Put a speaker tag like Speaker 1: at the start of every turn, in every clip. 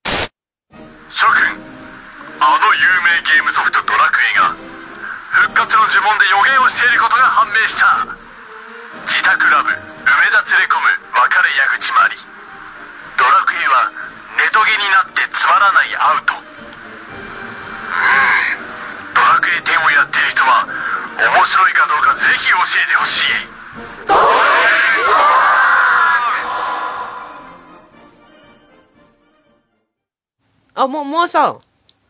Speaker 1: 諸君あの有名ゲームソフトドラクエが復活の呪文で予言をしていることが判明した自宅ラブ梅田連れ込む別れ矢口まりドラクエはネトゲになってつまらないアウトうーんドラクエ10をやっている人は面白いかどうかぜひ教えてほしい
Speaker 2: あ、もう、もうしたん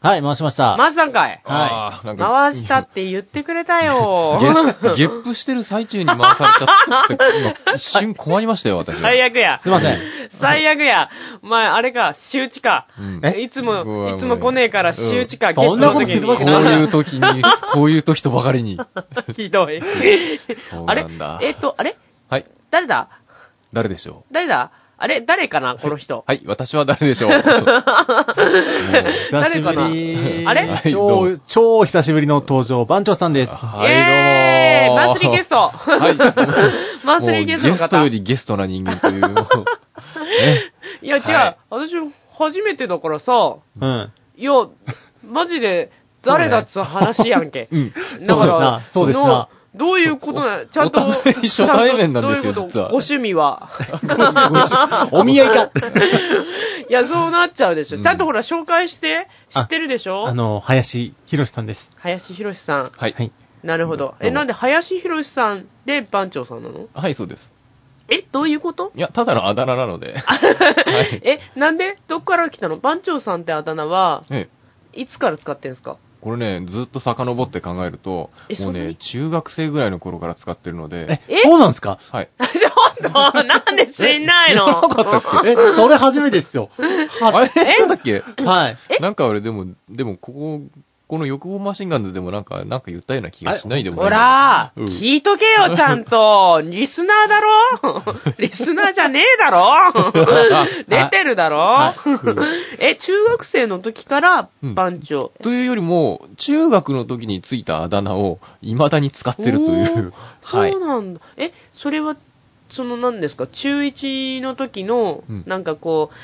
Speaker 3: はい、回しました。
Speaker 2: 回したんかい
Speaker 3: は
Speaker 4: あーなんか
Speaker 2: 回したって言ってくれたよ
Speaker 4: ゲッゲップしてる最中に回されちゃったって、今一瞬困りましたよ、私。
Speaker 2: 最悪や
Speaker 3: す。いません。
Speaker 2: 最悪や。まあ、あれか、周知か。
Speaker 4: うん
Speaker 2: いつ
Speaker 4: うわ
Speaker 2: も、
Speaker 4: もう
Speaker 2: いつも来ねえから、
Speaker 4: うん
Speaker 2: 周知か、
Speaker 3: そんなことするわ
Speaker 4: こ
Speaker 3: け
Speaker 4: う
Speaker 3: ない
Speaker 4: いう時に、こういう時とばかりに。
Speaker 2: ひどい。
Speaker 4: そう
Speaker 2: あれ
Speaker 4: なんだ
Speaker 2: えっと、あれ
Speaker 4: はい。
Speaker 2: 誰だ
Speaker 4: 誰でしょ
Speaker 2: 誰だあれ誰かなこの人
Speaker 4: う。はい、私は誰でしょうもう久し
Speaker 2: 誰
Speaker 4: ぶ
Speaker 2: かな
Speaker 4: り。
Speaker 2: あれ
Speaker 4: はい、どうも
Speaker 3: 超、超久しぶりの登場、番長さんです。
Speaker 4: は
Speaker 2: イエー
Speaker 4: い、どう
Speaker 2: イ
Speaker 4: も。
Speaker 2: マンスリーゲスト
Speaker 4: はい。
Speaker 2: マンスリーゲストの方
Speaker 4: もうゲストよりゲストな人間という。も うね
Speaker 2: いや、違う。
Speaker 4: はい
Speaker 2: 私、初めてだからさ、
Speaker 3: うん。
Speaker 2: いや、マジで、誰だっつう話やんけ。
Speaker 4: うん。
Speaker 2: だから、
Speaker 3: そうですなそうですな
Speaker 2: のどういうことな、ちゃんと、
Speaker 4: お互い
Speaker 2: ちゃ
Speaker 4: 初
Speaker 2: んと
Speaker 4: 対面なんですよ
Speaker 2: どういうこと
Speaker 4: 実は
Speaker 2: ご趣味は。
Speaker 3: お見合いか
Speaker 2: いや、そうなっちゃうでしょ。
Speaker 4: うん
Speaker 2: ちゃんとほら、紹介して、知
Speaker 3: あ
Speaker 2: ってるでしょ
Speaker 3: あの、林博さんです。
Speaker 2: 林博さん。
Speaker 4: はい。
Speaker 3: はい。
Speaker 2: なるほど。
Speaker 4: ど
Speaker 2: え、
Speaker 4: うも
Speaker 2: なんで林博さんで番長さんなの
Speaker 4: はい、そうです。
Speaker 2: え、どういうこと
Speaker 4: いや、ただのあだ名なの で。はい。
Speaker 2: え、なんでどっから来たの番長さんってあだ名は、
Speaker 4: ええ
Speaker 2: いつから使ってんすか
Speaker 4: これね、ずっと遡って考えると
Speaker 2: え、そ
Speaker 4: もうん
Speaker 2: なに
Speaker 4: ね、中学生ぐらいの頃から使ってるので、
Speaker 3: え、そうなんですか
Speaker 4: はい。
Speaker 2: ちょっと、なんで知んない
Speaker 4: 知ら
Speaker 2: の
Speaker 4: なかったっ け
Speaker 3: え、それ初めて ですよ。
Speaker 4: あ
Speaker 3: は
Speaker 4: れそうだっけ
Speaker 3: はい。
Speaker 4: なんか俺でも、でもここ、この欲望マシンガンズでもなんか、なんか言ったような気がしないでもない。
Speaker 2: ほら、
Speaker 4: うん
Speaker 2: 聞いとけよ、ちゃんと。リスナーだろ リスナーじゃねえだ ろ出てるだろ え、中学生の時から
Speaker 4: うん
Speaker 2: 番長。
Speaker 4: というよりも、中学の時についたあだ名を、未だに使ってるとい
Speaker 2: お ー
Speaker 4: う。はい
Speaker 2: そう。なんだ。え、それは、その何ですか、中1の時の
Speaker 4: うん、
Speaker 2: なんかこう、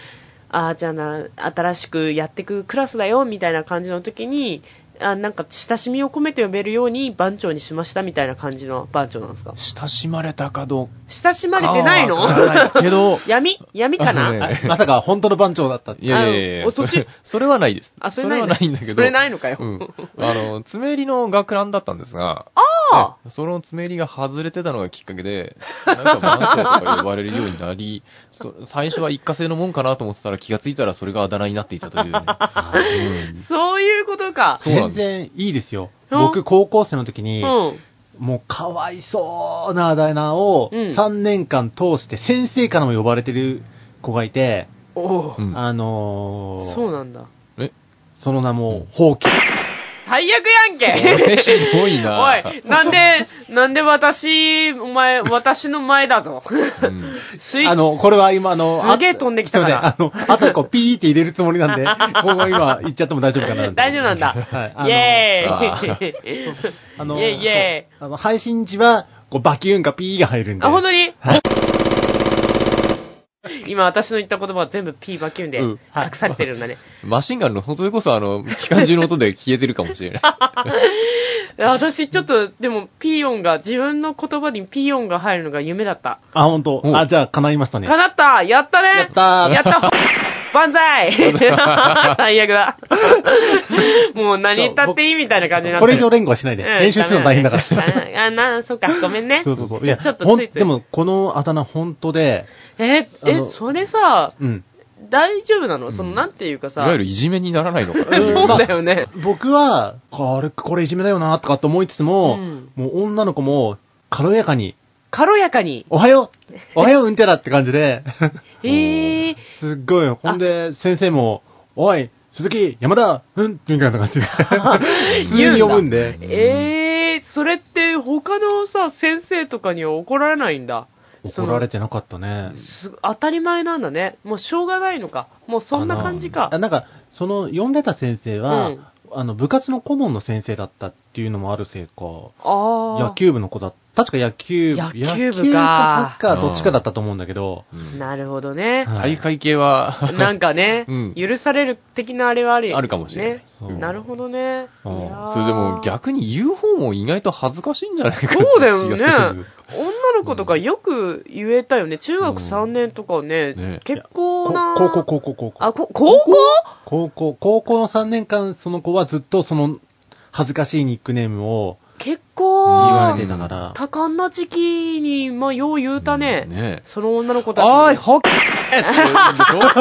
Speaker 2: ああ、じゃあな、新しくやってくクラスだよ、みたいな感じの時に、あなんか親しみを込めて呼べるように番長にしましたみたいな感じの番長なんですか
Speaker 4: 親しまれたかどう
Speaker 2: 親しま
Speaker 4: か
Speaker 2: れてない
Speaker 4: はわから
Speaker 2: の
Speaker 4: ないけど、
Speaker 2: 闇闇か
Speaker 4: あの
Speaker 2: な
Speaker 4: ね
Speaker 3: まさか本当の番長だったって
Speaker 4: いやいやいやい
Speaker 2: あお
Speaker 4: や、
Speaker 2: そっち
Speaker 4: れ それはないです。
Speaker 2: あ、それない
Speaker 4: はな
Speaker 2: の
Speaker 4: いんだけど。
Speaker 2: それないのかよ。
Speaker 4: うん。あの、爪入りの学ランだったんですが、
Speaker 2: あ
Speaker 4: ねその爪入りが外れてたのがきっかけで、なんかマンチャとか呼ばれるようになり、 そ最初は一過性のもんかなと思ってたら気がついたらそれがあだ名になっていたという、ね。 うん
Speaker 2: そういうことか。
Speaker 4: そうなん
Speaker 3: 全
Speaker 4: です
Speaker 3: 然いいですよ。
Speaker 2: うん
Speaker 3: 僕、高校生の時
Speaker 2: う
Speaker 3: に、
Speaker 2: ん。
Speaker 3: もうかわいそうなあだ名を、
Speaker 2: うん
Speaker 3: 3年間通して先生からも呼ばれてる子がいて、
Speaker 2: おお
Speaker 4: う
Speaker 2: ー、
Speaker 4: ん。
Speaker 3: あのー
Speaker 2: そうなんだ。
Speaker 4: え
Speaker 3: その名も、ほうき。
Speaker 2: 最悪やんけ
Speaker 4: これひどいな
Speaker 2: おい、なんで、なんで私、お前、私の前だぞ。
Speaker 4: うん
Speaker 2: スイ
Speaker 3: あの、これは今、あの、あ
Speaker 2: すげえ飛んできたから
Speaker 3: すい ませんあの、あとこうピーって入れるつもりなんで、ここは今言っちゃっても大丈夫かな。
Speaker 2: 大丈夫なんだ。
Speaker 3: はいあの
Speaker 2: イ
Speaker 4: あ
Speaker 2: ェーイ
Speaker 3: あの、
Speaker 2: イェイイェイ
Speaker 3: そうあの配信時は、こうバキューンかピーが入るんで。
Speaker 2: あ、本当に
Speaker 3: はい
Speaker 2: 今私の言った言葉は全部 P バキュンで
Speaker 4: う
Speaker 2: 隠
Speaker 4: ん
Speaker 2: されてるんだね。
Speaker 4: マシンガンの、それこそあの、機関銃の音で消えてるかもしれない。
Speaker 2: 私ちょっと、でも P 音が、自分の言葉に P 音が入るのが夢だった。
Speaker 3: あ、本当
Speaker 4: うん
Speaker 3: あ、じゃあ叶いましたね。
Speaker 2: 叶ったやったね
Speaker 3: やったー
Speaker 2: やった万歳 最悪だ。もう何言ったっていいみたいな感じになってる
Speaker 3: これ以上連合はしないで。
Speaker 2: うん
Speaker 3: 練習するの大変だから。
Speaker 2: ダメだねあ、な、そっか、ごめんね。
Speaker 3: そうそうそう。いや、
Speaker 2: ちょっと
Speaker 3: ほん
Speaker 2: ついつい
Speaker 3: でも、このあだ名本当で、
Speaker 2: え、
Speaker 3: あ
Speaker 2: え
Speaker 3: の、
Speaker 2: それさ、
Speaker 3: うん。
Speaker 2: 大丈夫な のその、
Speaker 4: うん
Speaker 2: なんていうか
Speaker 4: い
Speaker 2: さ。
Speaker 4: わゆるいじめにならないのかな。
Speaker 3: う ん
Speaker 2: そうだよね。
Speaker 3: 僕は、あれ、これいじめだよな、とかと思いつつも、
Speaker 2: うん
Speaker 3: もう女の子も、軽やかに、
Speaker 2: 軽やかに。
Speaker 3: おはようおはよう、うんてらって感じで、
Speaker 2: ええ
Speaker 3: すっごい、ほんで、先生も、おい、鈴木、山田、うん、みたいな感じで、 普通に呼ぶんで、
Speaker 2: ええそれって他のさ、先生とかには怒られないんだ。
Speaker 3: 怒られ
Speaker 2: て
Speaker 3: てなかったね。
Speaker 2: す当たり前なんだね。もうしょうがないのか。もうそんな感じか
Speaker 3: あ。なんか、その、呼んでた先生は、
Speaker 2: うん
Speaker 3: あの、部活の顧問の先生だったっていうのもあるせいか、
Speaker 2: ああ。
Speaker 3: 野球部の子だった。確か野球、
Speaker 2: 野球部か
Speaker 3: 野球かサッカーどっちかだったと思うんだけど、
Speaker 4: うん
Speaker 2: なるほどね。
Speaker 3: は
Speaker 4: 体
Speaker 3: い
Speaker 4: 育会系 は、
Speaker 2: なんかね、
Speaker 4: うん
Speaker 2: 許される的なあれはあるよね。
Speaker 4: あるかもしれない
Speaker 3: そう
Speaker 2: なるほどね。
Speaker 3: うん
Speaker 2: いやー
Speaker 4: それでも逆に言う方も意外と恥ずかしいんじゃないかって
Speaker 2: そうだよね
Speaker 4: 気がする。
Speaker 2: 女の子とかよく言えたよね。中学3年とかね、
Speaker 4: うんね
Speaker 2: 結構
Speaker 3: こ
Speaker 2: な。
Speaker 3: 高校、高校、高校。
Speaker 2: あ、こ高校
Speaker 3: 高校、高校の3年間、その子はずっとその、恥ずかしいニックネームを
Speaker 2: 結
Speaker 3: 言
Speaker 2: 構
Speaker 3: わ、れてたから、
Speaker 2: 多感な時期に、まあ、よう言うたね。
Speaker 4: ね
Speaker 2: その女の子たちも。
Speaker 4: おい、ほっけーって言うんでしょ
Speaker 3: そう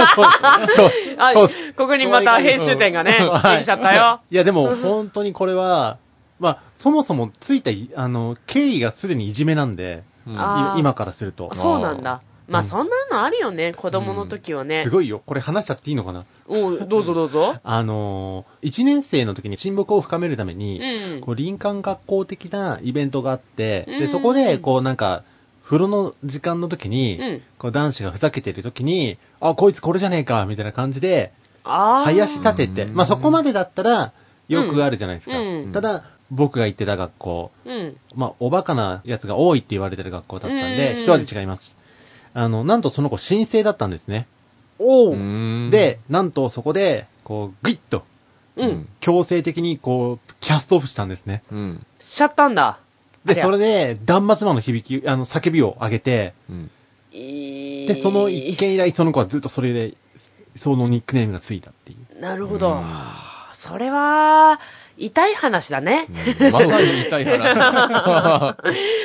Speaker 2: あ
Speaker 3: そうっす
Speaker 2: ここにまた編集点がね、
Speaker 3: はい
Speaker 2: できちゃったよ。
Speaker 3: いや、でも、本当にこれは、まあ、そもそもついたい、あの、経緯がすでにいじめなんで、
Speaker 4: うん
Speaker 2: あー
Speaker 3: い今からすると
Speaker 2: あ。そうなんだ。まあ、
Speaker 3: うん
Speaker 2: そんなのあるよね、子供の時はね
Speaker 3: す。ごいよ。これ話しちゃっていいのかな
Speaker 2: おうどうぞどうぞ。
Speaker 3: あのー、1年生の時に親睦を深めるため
Speaker 2: う
Speaker 3: に、
Speaker 2: ん
Speaker 3: こ。う林間学校的なイベントがあって、
Speaker 2: う
Speaker 3: で、
Speaker 2: ん
Speaker 3: そこで、こうなんか、風呂の時間の時に、
Speaker 2: うん。
Speaker 3: こう男子がふざけてる時に、あ、こいつこれじゃねえか、みたいな感じで、
Speaker 2: ああ。
Speaker 3: 林立てて、
Speaker 4: うん
Speaker 3: まあそこまでだったら、よくあるじゃないですか。
Speaker 2: うん
Speaker 3: ただ、僕が行ってた学校、
Speaker 2: うん。
Speaker 3: まあ、おバカなやつが多いって言われてる学校だったん
Speaker 2: うん
Speaker 3: で、一味違います。あの、なんとその子、新生だったんですね。
Speaker 2: おう。
Speaker 4: う
Speaker 2: うん。
Speaker 4: ん、
Speaker 3: で、なんとそこで、こう、グイッと、
Speaker 4: うん、
Speaker 3: 強制的に、こう、キャストオフしたんですね。
Speaker 4: うん。
Speaker 2: しちゃったんだ。
Speaker 3: で、
Speaker 2: ありゃ
Speaker 3: それで、断末魔の響き、あの、叫びを上げて、
Speaker 4: うん。
Speaker 2: で
Speaker 3: で、その一件以来、その子はずっとそれで、そのニックネームがついたっていう。
Speaker 2: なるほど。
Speaker 4: うん
Speaker 2: それは、痛い話だね。
Speaker 4: うんまさに痛い話。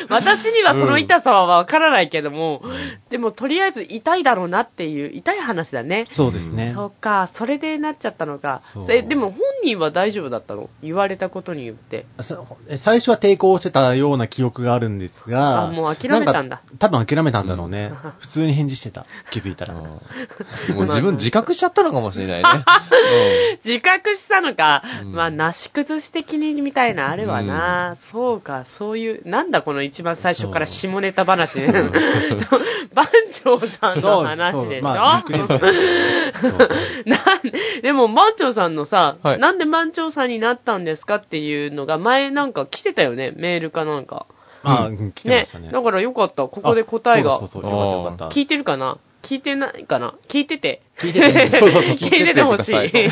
Speaker 2: 私にはその痛さはわからないけども、でもとりあえず痛いだろうなっていう、痛い話だね。
Speaker 3: そうですね。
Speaker 2: そっか、それでなっちゃったのか
Speaker 3: そう。
Speaker 2: え、でも本人は大丈夫だったの言われたことによって。
Speaker 3: さえ最初は抵抗してたような記憶があるんですが、
Speaker 2: あもう諦めたんだ
Speaker 3: なか多分諦めたんだろうね。普通に返事してた。気づいた
Speaker 4: あ
Speaker 3: ら。
Speaker 4: ーもう自分自覚しちゃったのかもしれないね。
Speaker 2: 自覚したのか、
Speaker 4: うん
Speaker 2: まあ、なし崩し的にみたいなあるわな、そうか、そういう、なんだこの一番最初から下ネタ話ね。 番長さんの話でしょ、
Speaker 3: まあ、ニックネームそうそう
Speaker 2: なんでも番長さんのさ、
Speaker 4: はい
Speaker 2: なんで番長さんになったんですかっていうのが前なんか来てたよね、メールかなんか。
Speaker 3: あ、うん来てましたね。
Speaker 2: だからよかった、ここで答え
Speaker 3: あ
Speaker 2: が
Speaker 3: そう。だそうだよかったよかった。
Speaker 2: 聞いてるかな聞いてないかな聞いてて。
Speaker 3: 聞いてて そうそうそう
Speaker 2: 聞いててほし
Speaker 4: 聞い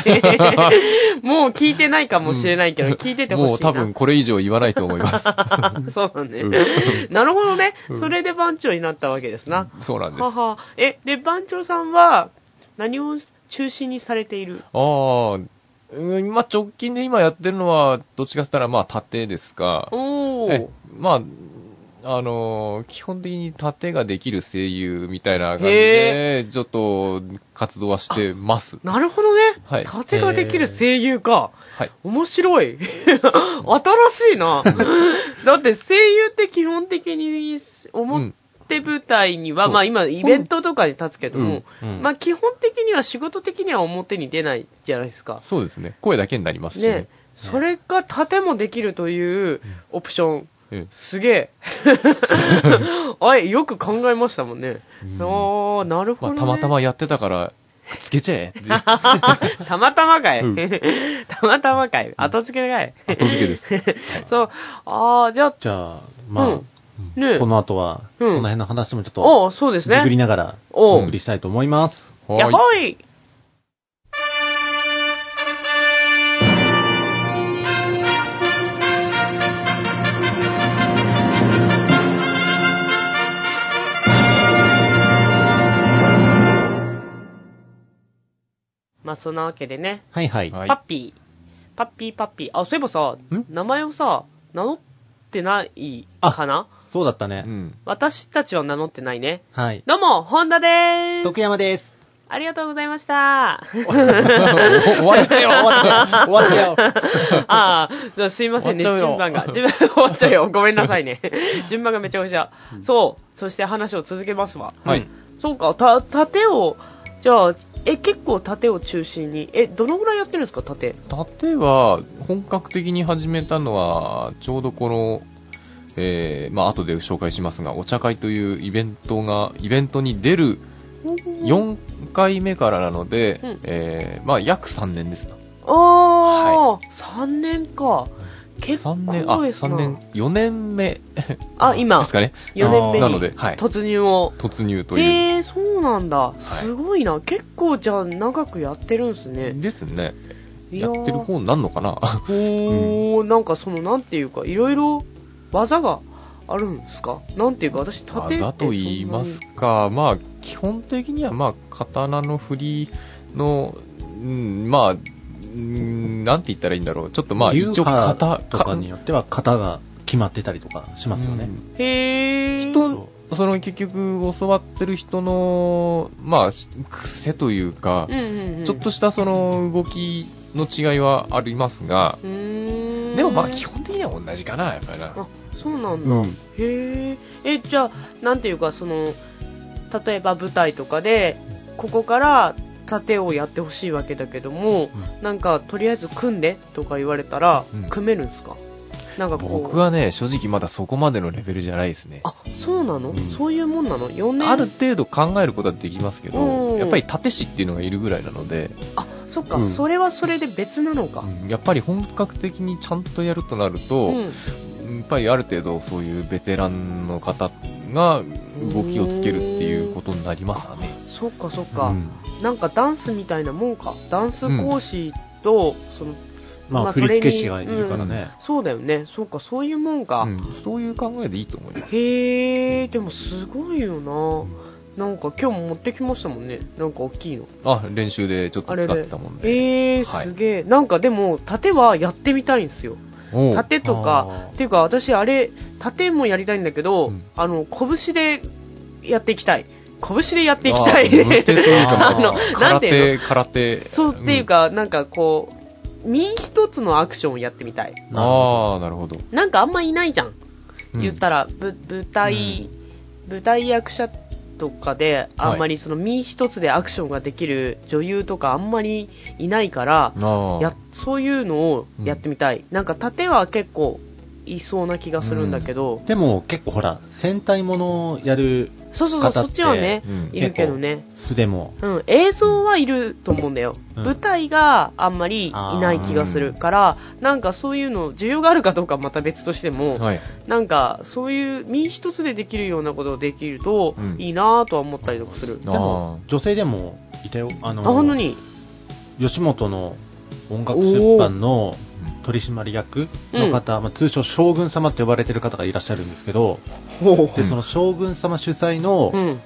Speaker 2: い。
Speaker 4: て
Speaker 2: もう聞いてないかもしれないけど、聞いてて
Speaker 4: うん
Speaker 2: ほしいな。
Speaker 4: もう多分これ以上言わないと思いま
Speaker 2: そうなんね。なるほどね。それで番長になったわけですな。
Speaker 4: す。そうなんです
Speaker 2: は。は。え、で、番長さんは、何を中心にされている
Speaker 4: ああ、うんまあ直近で今やってるのは、どっちかって言ったら、まあ縦ですか。
Speaker 2: お
Speaker 4: え
Speaker 2: ー。
Speaker 4: まあ、あのー基本的に縦ができる声優みたいな感じ
Speaker 2: へ
Speaker 4: で、ちょっと活動はしてます。
Speaker 2: なるほどね。
Speaker 4: はい
Speaker 2: 盾ができる声優か。
Speaker 4: はい。
Speaker 2: 面白 い。新しい な。だって声優って基本的に表舞台には、
Speaker 4: うん
Speaker 2: まあ今イベントとかに立つけども、
Speaker 3: うんうん
Speaker 2: まあ基本的には仕事的には表に出ないじゃないですか。
Speaker 4: そうですね。声だけになりますしね。
Speaker 2: ね。それが盾もできるというオプション。
Speaker 4: うん
Speaker 2: す げえ。あれ、よく考えましたもんね。あー、なるほど、
Speaker 4: まあ、
Speaker 2: ね。
Speaker 4: たまたまやってたから、くっつけちゃえっていう。後
Speaker 2: たまたまかい。
Speaker 4: うん
Speaker 2: たまたまかい。後付けかい。
Speaker 4: 付け です。
Speaker 2: そう。ああ、じゃあ、
Speaker 3: じゃあ、まあ、
Speaker 2: うんねえ
Speaker 3: この後は、
Speaker 2: うん
Speaker 3: その辺の話もちょっと、
Speaker 2: おうそうです
Speaker 3: 巡り
Speaker 2: ね。
Speaker 3: ながら、
Speaker 2: お
Speaker 3: お送りしたいと思います。
Speaker 2: やっ
Speaker 4: は
Speaker 2: ほいまあ、そんなわけでね、
Speaker 3: はいはい。
Speaker 4: はい
Speaker 2: パッピー。パッピーパッピー。あ、そういえばさ、
Speaker 3: ん
Speaker 2: 名前をさ、名乗ってないかな
Speaker 3: そうだったね。
Speaker 4: い。うん。
Speaker 2: 私たちは名乗ってないね。
Speaker 3: はい。
Speaker 2: どうも、本田でーす。
Speaker 3: 徳山です。
Speaker 2: ありがとうございま した。
Speaker 4: 終わった よ、終 わった。
Speaker 3: 終わったよ。
Speaker 2: ああ、じゃあすいませんね、
Speaker 4: 終わっちゃう
Speaker 2: 順
Speaker 4: よ
Speaker 2: 番が。順番終わっちゃう よ。ごめんなさいね。順番がめちゃくちゃ。そう、そして話を続けますわ。
Speaker 4: はい。
Speaker 2: そうか、た、盾を、じゃあ、え、結構盾を中心に。え、どのぐらいやってるんですか、盾。
Speaker 4: 例えば、本格的に始めたのは、ちょうどこの、えー、まあ、後で紹介しますが、お茶会というイベントが、イベントに出る4回目からなので、
Speaker 2: うん
Speaker 4: えー、まあ、約3年ですか。
Speaker 2: あああ、3年か。結構
Speaker 4: 3年、あ、
Speaker 2: です
Speaker 4: 3
Speaker 2: な
Speaker 4: 年、4年目。
Speaker 2: あ今
Speaker 4: ですかね。
Speaker 2: 4年目に
Speaker 4: なので、はい。
Speaker 2: 突入を。
Speaker 4: 突入という。
Speaker 2: へえ、そうなんだ。
Speaker 4: い
Speaker 2: すごいな。結構じゃあ長くやってるんすね。
Speaker 4: ですね。
Speaker 2: い
Speaker 4: や
Speaker 2: ー
Speaker 4: ってる方になんのかな
Speaker 2: おー、なんかその、なんていうか、いろいろ技があるんですかなんていうか、私、盾ってそんなに。
Speaker 4: 技と言いますか、まあ、基本的には、まあ、刀の振りの、うんまあ、うんなんて言ったらいいんだろう。ちょっとまあ、一
Speaker 3: 流
Speaker 4: 応
Speaker 3: 派
Speaker 4: 型
Speaker 3: とかによっては型が決まってたりとかしますよね。
Speaker 4: うん
Speaker 2: へー。
Speaker 4: 人、その結局教わってる人の、まあ、癖というか
Speaker 2: うん、うんうん、
Speaker 4: ちょっとしたその動きの違いはありますが、
Speaker 2: うーん。
Speaker 4: でもまあ基本的には同じかな、やっぱりな。
Speaker 2: あ、そうなんだ。
Speaker 3: うん。
Speaker 2: へえ。え、じゃあ、なんていうか、その、例えば舞台とかで、ここから盾をやってほしいわけだけども、なんか、とりあえず組んでとか言われたら、
Speaker 4: うん
Speaker 2: 組めるんですかなんかこう。
Speaker 4: 僕はね、正直まだそこまでのレベルじゃないですね。
Speaker 2: あ、そうなの、
Speaker 3: うん
Speaker 2: そういうもんなの ?4 年
Speaker 4: ある程度考えることはできますけ
Speaker 2: う
Speaker 4: ど、
Speaker 2: ん
Speaker 4: やっぱり盾師っていうのがいるぐらいなので、
Speaker 2: あ、そっか、
Speaker 3: うん
Speaker 2: それはそれで別なのか。
Speaker 4: やっぱり本格的にちゃんとやるとなる
Speaker 2: う
Speaker 4: と、
Speaker 2: ん。
Speaker 4: やっぱりある程度そういうベテランの方が動きをつけるっていうことになりますかね。
Speaker 2: そっかそっか、
Speaker 3: うん
Speaker 2: なんかダンスみたいなもんか。ダンス講師と、その、
Speaker 3: ま
Speaker 2: まあ
Speaker 3: あ、振り付け師がいるからね。
Speaker 2: そうだよね。そうか、そういうもんか。
Speaker 4: うんそういう考えでいいと思います。
Speaker 2: へえ、でもすごいよな。なんか今日も持ってきましたもんね。なんか大きいの。
Speaker 4: あ、練習でちょっと使ってたもんで。
Speaker 2: え
Speaker 4: は
Speaker 2: ー、
Speaker 4: い
Speaker 2: すげえ。なんかでも、盾はやってみたいんですよ。
Speaker 4: おう
Speaker 2: 盾とか
Speaker 3: あー、
Speaker 2: っていうか私あれ、盾もやりたいんだけど、
Speaker 4: うん
Speaker 2: あの、拳でやっていきたい。拳でやっていきたい。
Speaker 4: あー無手とい うか、
Speaker 3: あの
Speaker 4: 空
Speaker 2: なんてい
Speaker 4: 手、空手。
Speaker 2: そうっていうか、なんかこう、身一つのアクションをやってみたい。
Speaker 4: うん。ああ、なるほど。
Speaker 2: なんかあんまいないじゃん。
Speaker 4: うん
Speaker 2: 言ったら、ぶ舞台、舞台役者とかで、あんまりその身一つでアクションができる女優とかあんまりいないから、
Speaker 4: ああ
Speaker 2: やそういうのをやってみたい。なんか盾は結構いそうな気がするんだけど、
Speaker 3: でも結構ほら、戦隊ものをやる
Speaker 2: そうそうそう、
Speaker 3: 方
Speaker 2: そ
Speaker 3: って
Speaker 2: っちはね、
Speaker 4: うん
Speaker 2: いるけどね。
Speaker 3: 素でも、
Speaker 2: うん、映像はいると思うんだよ、
Speaker 3: うん
Speaker 2: 舞台があんまりいない気がするから、なんかそういうの、需要があるかどうかはまた別としても、
Speaker 4: はい。
Speaker 2: なんかそういう身一つでできるようなことをできると
Speaker 4: うん
Speaker 2: いいなぁとは思ったりとかする。
Speaker 3: でも女性でもいたよ。あ
Speaker 2: あ、
Speaker 3: の、
Speaker 2: 本当に。
Speaker 3: 吉本の音楽出版の取締役の方、まあ、通称将軍様って呼ばれてる方がいらっしゃるんですけど、で、その将軍様主催の
Speaker 2: うん。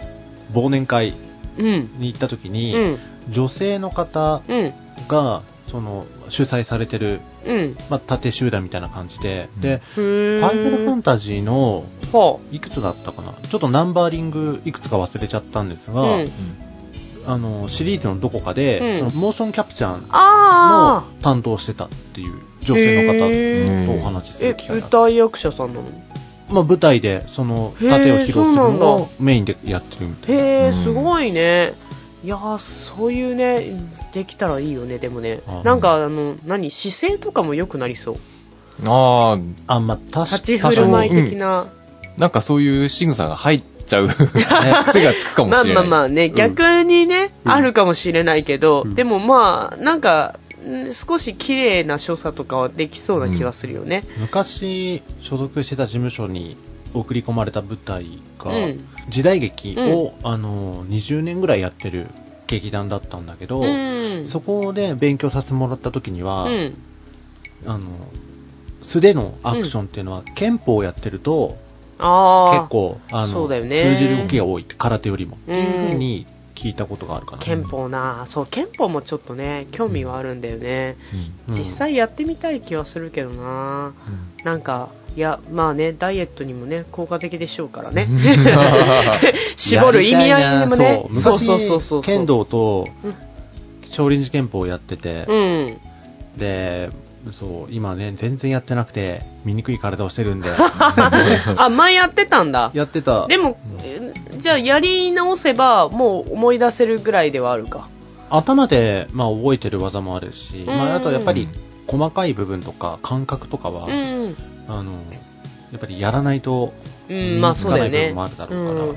Speaker 3: 忘年会
Speaker 2: うん。
Speaker 3: に行った時
Speaker 2: う
Speaker 3: に、
Speaker 2: ん。
Speaker 3: 女性の方
Speaker 2: うん。
Speaker 3: が、その、主催されてる、
Speaker 2: うん。
Speaker 3: まあ、縦集団みたいな感じで、
Speaker 4: うん
Speaker 3: で、
Speaker 2: ふー
Speaker 3: ファイナルファンタジーの、
Speaker 2: ほ
Speaker 3: いくつだったかなちょっとナンバーリングいくつか忘れちゃったんです
Speaker 2: う。う
Speaker 3: が、
Speaker 2: ん。
Speaker 3: あの、シリーズのどこかで、
Speaker 2: うん
Speaker 3: そのモーションキャプチャーの
Speaker 2: ああ
Speaker 3: 担当してたっていう女性の
Speaker 2: へ
Speaker 4: ー
Speaker 3: 方とお話しす
Speaker 2: え
Speaker 3: る、機
Speaker 2: 舞
Speaker 3: 会があって、
Speaker 2: 台役者さんなの
Speaker 3: まあ、舞台でその
Speaker 2: へー
Speaker 3: 盾を披露する
Speaker 2: そうな
Speaker 3: の
Speaker 2: ん
Speaker 3: をメインでやってるみたいな。
Speaker 2: へえ、
Speaker 4: うん
Speaker 2: すごいね。いやーそういうね、できたらいいよね、でもね
Speaker 3: あ。
Speaker 2: なんか、あの、何、姿勢とかも良くなりそう。
Speaker 4: あ
Speaker 3: あ、まあ、たし
Speaker 2: 立ち振る舞い的な。
Speaker 4: あ、なんかそういう仕草が入っちゃう。癖がつくかも
Speaker 2: まあ
Speaker 4: しれ
Speaker 2: ま
Speaker 4: な
Speaker 2: あ
Speaker 4: い。
Speaker 2: まあね、逆にね、
Speaker 3: うん
Speaker 2: あるかもしれないけど、
Speaker 3: うん
Speaker 2: でもまあ、なんか、ん少し綺麗な所作とかはできそうな気はするよね。
Speaker 3: 昔所属してた事務所に送り込まれた舞台が、
Speaker 2: うん
Speaker 3: 時代劇を、あの20年ぐらいやってる劇団だったんだけど、
Speaker 2: うん。
Speaker 3: そこで勉強させてもらった時には、
Speaker 2: うん。
Speaker 3: あの素手のアクションっていうのは、憲法をやってると
Speaker 2: ああ。
Speaker 3: 結。構あ
Speaker 2: そ
Speaker 3: の
Speaker 2: うだよ
Speaker 3: 通
Speaker 2: ね
Speaker 3: じる動きが多い空手よりもって
Speaker 2: うん
Speaker 3: いうふうに聞いたことがあるかな、
Speaker 2: 憲法なそう、憲法もちょっとね、興味はあるんだよね。
Speaker 3: うん
Speaker 2: 実際やってみたい気はするけどななんか、いや、まあね、ダイエットにもね、効果的でしょうから ね。絞る意味合いにも
Speaker 3: やり
Speaker 2: ね
Speaker 3: たい。な
Speaker 2: そ
Speaker 3: そうう
Speaker 2: そうそうそう。
Speaker 3: 昔剣。道と
Speaker 2: うん
Speaker 3: 少林寺拳法をやってて、
Speaker 2: うん。
Speaker 3: で、そう、今ね、全然やってなくて、醜い体をし てるんで、
Speaker 2: あ、前やってたんだ。
Speaker 3: やってた。
Speaker 2: でも、えじゃあやり直せば、もう思い出せるぐらいではあるか。
Speaker 3: 頭で、まあ、覚えてる技もあるし、まあ、
Speaker 2: うん
Speaker 3: あとやっぱり、細かい部分とか、感覚とかは、
Speaker 2: うん。
Speaker 3: あの、やっぱりやらないと、
Speaker 2: うん、まあそうだよ
Speaker 3: 身に
Speaker 2: ね
Speaker 3: つかない部分もあるだろうから
Speaker 2: うん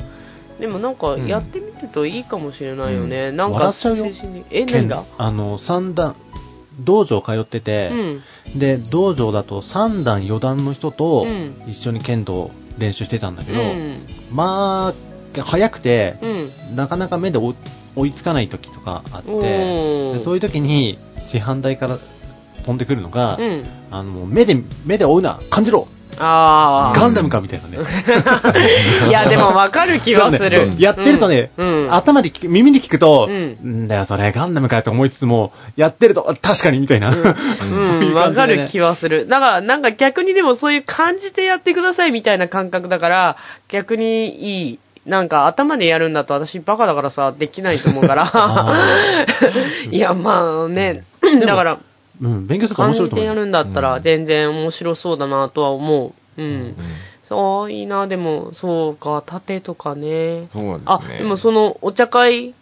Speaker 2: でもなんか、
Speaker 4: うん
Speaker 2: やってみるといいかもしれないよね。なんか、
Speaker 3: 笑っちゃうよ
Speaker 2: 精神的にえ、何が
Speaker 3: あの、三段、道場通って
Speaker 2: う
Speaker 3: て、
Speaker 2: ん。
Speaker 3: で、道場だと3段4段の人と
Speaker 2: うん
Speaker 3: 一緒に剣道練習してたんだけ
Speaker 2: う
Speaker 3: ど、
Speaker 2: ん。
Speaker 3: まあ、早くて、
Speaker 2: うん。
Speaker 3: なかなか目で追追いつかない時とかあって、
Speaker 2: おー
Speaker 3: でそういう時に市販台から飛んでくるのが、
Speaker 2: うん。
Speaker 3: あの、目で、目で追うな感じろ
Speaker 2: あ
Speaker 3: ガンダムかみたいなね。
Speaker 2: あ。いや、でもわかる気はす
Speaker 3: そう
Speaker 2: る
Speaker 3: ね。やってるとね、
Speaker 2: うんうん
Speaker 3: 頭で聞く、耳で聞くと、
Speaker 2: うん
Speaker 3: んだよ、それ、ガンダムかよと思いつつも、やってると、あ確かに、みたいな。そう
Speaker 2: う
Speaker 3: い
Speaker 2: ん、
Speaker 3: う
Speaker 2: わ
Speaker 3: 感じ
Speaker 2: か
Speaker 3: でね
Speaker 2: る気はする。だから、なんか逆にでもそういう感じでやってくださいみたいな感覚だから、逆にいい。なんか頭でやるんだと私バカだからさ、できないと思うから
Speaker 3: あ。
Speaker 2: いや、まあね、だから、
Speaker 3: うん、勉強すると
Speaker 2: 感
Speaker 3: 面白
Speaker 2: じ
Speaker 3: いと
Speaker 2: て
Speaker 3: 思う
Speaker 2: や
Speaker 3: よ。
Speaker 2: るんだったら
Speaker 4: うん
Speaker 2: 全然面白そうだなとは思う。うん。
Speaker 4: うん
Speaker 2: そう、いいな、でも、そうか、盾とかね。
Speaker 4: そうなんですね
Speaker 2: あ、でもその、お茶会、